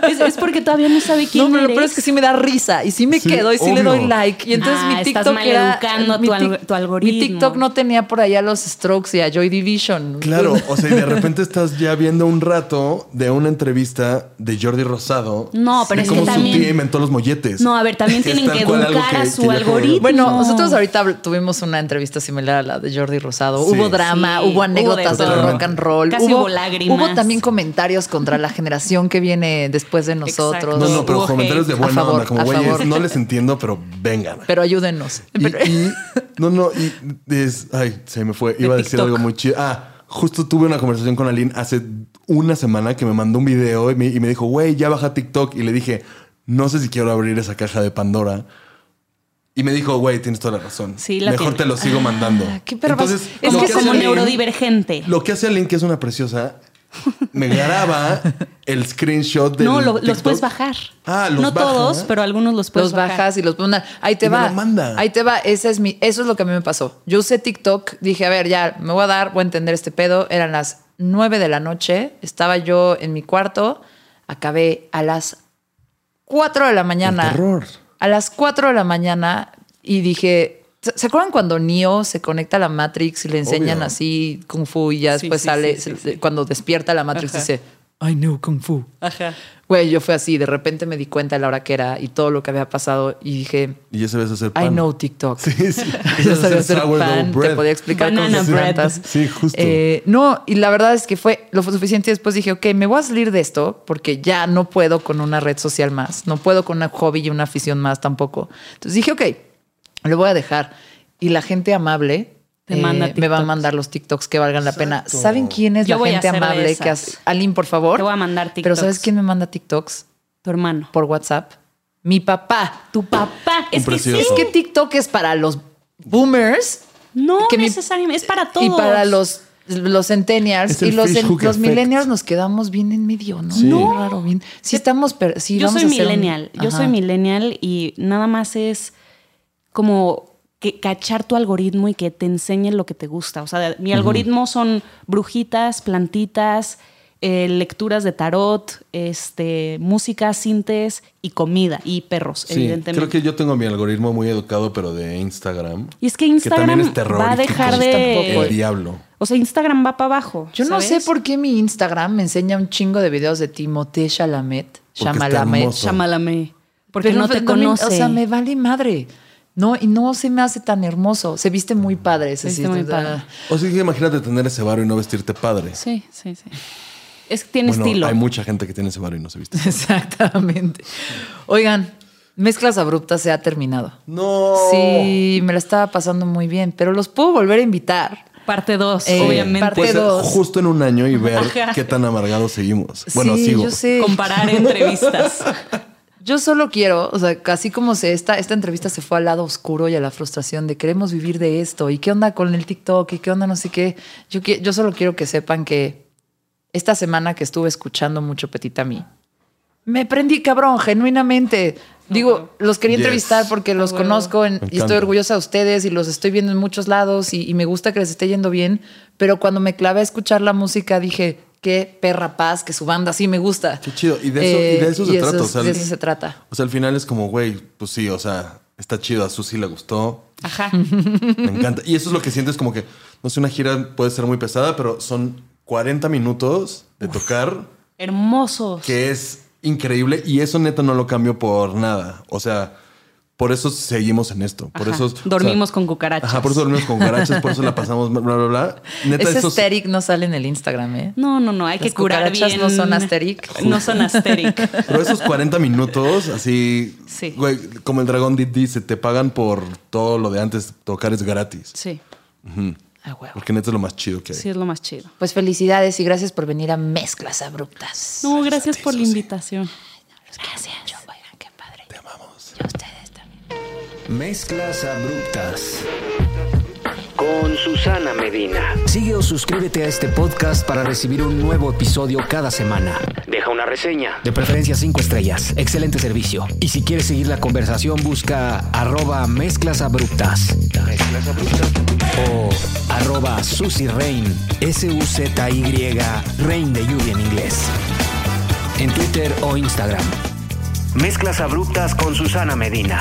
Es, es porque todavía no sabe quién No, pero lo eres. peor es que sí me da risa y sí me Sí, quedo y sí le obvio. doy like. Y entonces Ah, mi estás TikTok era. maleducando mi tu tic- alg- tu Mi algoritmo. TikTok no tenía por allá los Strokes y a Joy Division. <laughs> Claro, o sea, y de repente estás ya viendo un rato de una entrevista de Jordi Rosado. No, pero de es que cómo su también- tía inventó los molletes. No, a ver, <laughs> también tienen tal que cual educar a su ya como- algoritmo. Bueno, No. nosotros ahorita habl- tuvimos una entrevista similar a la de Jordi Rosado. Sí. Hubo drama, Sí, hubo hubo anécdotas de del todo. rock and roll. Casi hubo lágrimas. Hubo también comentarios contra la generación que viene después de nosotros. Exacto. No, no, pero Hubo comentarios de hate. buena A favor, onda, como a güeyes, favor. no les entiendo, pero vengan. Pero ayúdenos. Y- y- no, no, y es- ay, se <laughs> me fue. Iba a decir TikTok. algo muy chido. Ah, justo tuve una conversación con Aline hace una semana que me mandó un video y me, y me dijo, güey, ya baja TikTok. Y le dije, no sé si quiero abrir esa caja de Pandora. Y me dijo, güey, tienes toda la razón. Sí, la tiene. Mejor Ah, te lo sigo mandando. qué pervas- Entonces, Es como, lo que hace como Aline- neurodivergente. Lo que hace Aline, que es una preciosa, me graba el screenshot del no, lo- los TikTok. puedes bajar. Ah, los No baja. todos, pero algunos los puedes los bajas y los mandas. Ahí te Y me va. lo manda. Ahí te va. Ese es mi, eso es lo que a mí me pasó. Yo usé TikTok, dije, a ver, ya me voy a dar, voy a entender este pedo. Eran las 9 de la noche, estaba yo en mi cuarto, acabé a las 4 de la mañana. El terror. A las 4 de la mañana y dije, ¿se se acuerdan cuando Neo se conecta a la Matrix y le enseñan Obvio. así Kung Fu y ya Sí, después sí, sale, sí, sí, se- cuando despierta la Matrix Ajá. dice, I know Kung Fu. Ajá. Güey, yo fue así, de repente me di cuenta de la hora que era y todo lo que había pasado y dije, Y ya sabes hacer pan. I know TikTok. <laughs> <laughs> Sí, sí. Ya sabía hacer sourdough pan, te bread. podía explicar Banana cosas bread. tantas. Sí, justo. Eh, no, y la verdad es que fue lo suficiente. Después dije, ok, me voy a salir de esto porque ya no puedo con una red social más. No puedo con una hobby y una afición más tampoco. Entonces dije, ok, lo voy a dejar. Y la gente amable eh, Te manda me va a TikToks. mandar los TikToks que valgan la pena. Exacto. ¿Saben quién es Yo la voy a gente hacer de amable que esas. hace? Alin, por favor. Te voy a mandar Pero TikToks. ¿sabes quién me manda TikToks Tu hermano. por WhatsApp? Mi papá. Tu papá. Es que sí. precioso. Es que TikTok es para los boomers No Que mi- necesariamente. Es para todos. y para los los centennials Es y el los, fish hook los effect. millennials nos quedamos bien en medio, ¿no? Sí. No, raro, bien. Si estamos, per- sí, yo vamos soy a hacer un- millennial. Yo Ajá. soy millennial y nada más es como que cachar tu algoritmo y que te enseñe lo que te gusta. O sea, mi algoritmo son brujitas, plantitas, eh, lecturas de tarot, este, música, cintes y comida y perros, Sí, evidentemente. Creo que yo tengo mi algoritmo muy educado, pero de Instagram. Y es que que Instagram también es terrorífico. va a dejar sí, tampoco, de... El diablo. O sea, Instagram va para abajo. Yo no sé ¿sabes? por qué mi Instagram me enseña un chingo de videos de Timothée Chalamet, está Chamalamet, hermoso. Chamalame. Porque Pero no te me- me- conoce. O sea, me vale madre. No, y no se me hace tan hermoso. Se viste muy padre. Se sí, viste este, muy ah, padre. O sea, que imagínate tener ese varo y no vestirte padre. Sí, sí, sí. Es que tiene Bueno, estilo. hay mucha gente que tiene ese varo y no se <laughs> viste. <laughs> Exactamente. Oigan, Mezclas Abruptas se ha terminado. No. Sí, me la estaba pasando muy bien, pero los puedo volver a invitar. Parte 2, Eh, obviamente. parte Puede ser dos. justo en un año y ver qué tan amargados seguimos. Bueno, sí, sigo. yo sé. <laughs> Comparar entrevistas. Yo solo quiero, o sea, así como se esta, esta entrevista se fue al lado oscuro y a la frustración de queremos vivir de esto y qué onda con el TikTok y qué onda no sé qué. Yo, qui- yo solo quiero que sepan que esta semana que estuve escuchando mucho Petita mí, me prendí cabrón, genuinamente. Digo, los quería Yes. entrevistar porque los huevo. conozco en- y estoy encanta. orgullosa de ustedes y los estoy viendo en muchos lados y, y me gusta que les esté yendo bien, pero cuando me clavé a escuchar la música dije, qué perra paz, que su banda sí me gusta. Qué chido. Y de eso- y de eso se trata, es- o sea, de Eh, eso se trata. O sea, al final es como, güey, pues sí, o sea, está chido. A Susi le gustó. Ajá. Me encanta. Y eso es lo que sientes como que, no sé, una gira puede ser muy pesada, pero son 40 minutos de tocar. Hermosos. que es increíble y eso neta no lo cambio por nada. O sea, por eso seguimos en esto. Por Ajá. eso o sea, Dormimos con cucarachas. Ajá, por eso dormimos con cucarachas, por eso la pasamos bla bla bla, bla. Neta Ese eso sí- asteric no sale en el Instagram, ¿eh? No, no, no. Hay Las que curar cucarachas bien. no son asteric. No son asteric. Pero esos 40 minutos así Sí. güey, como el dragón Did dice, te pagan por todo lo de antes tocar es gratis, Sí, Ah, huevo. porque neta es lo más chido que hay. sí es lo más chido. Pues felicidades y gracias por venir a Mezclas Abruptas. No, gracias por la invitación. gracias. Yo, oigan, qué padre. Te amamos. Y a ustedes también. Mezclas abruptas. con Susana Medina. Sigue o suscríbete a este podcast para recibir un nuevo episodio cada semana. Deja una reseña. De preferencia cinco estrellas. Excelente servicio. Y si quieres seguir la conversación, busca arroba mezclas abruptas. Mezclas abruptas. O arroba Susi Rain. S-U-Z-Y. Rain de lluvia en inglés. En Twitter o Instagram. Mezclas abruptas con Susana Medina.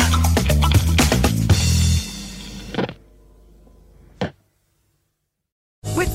With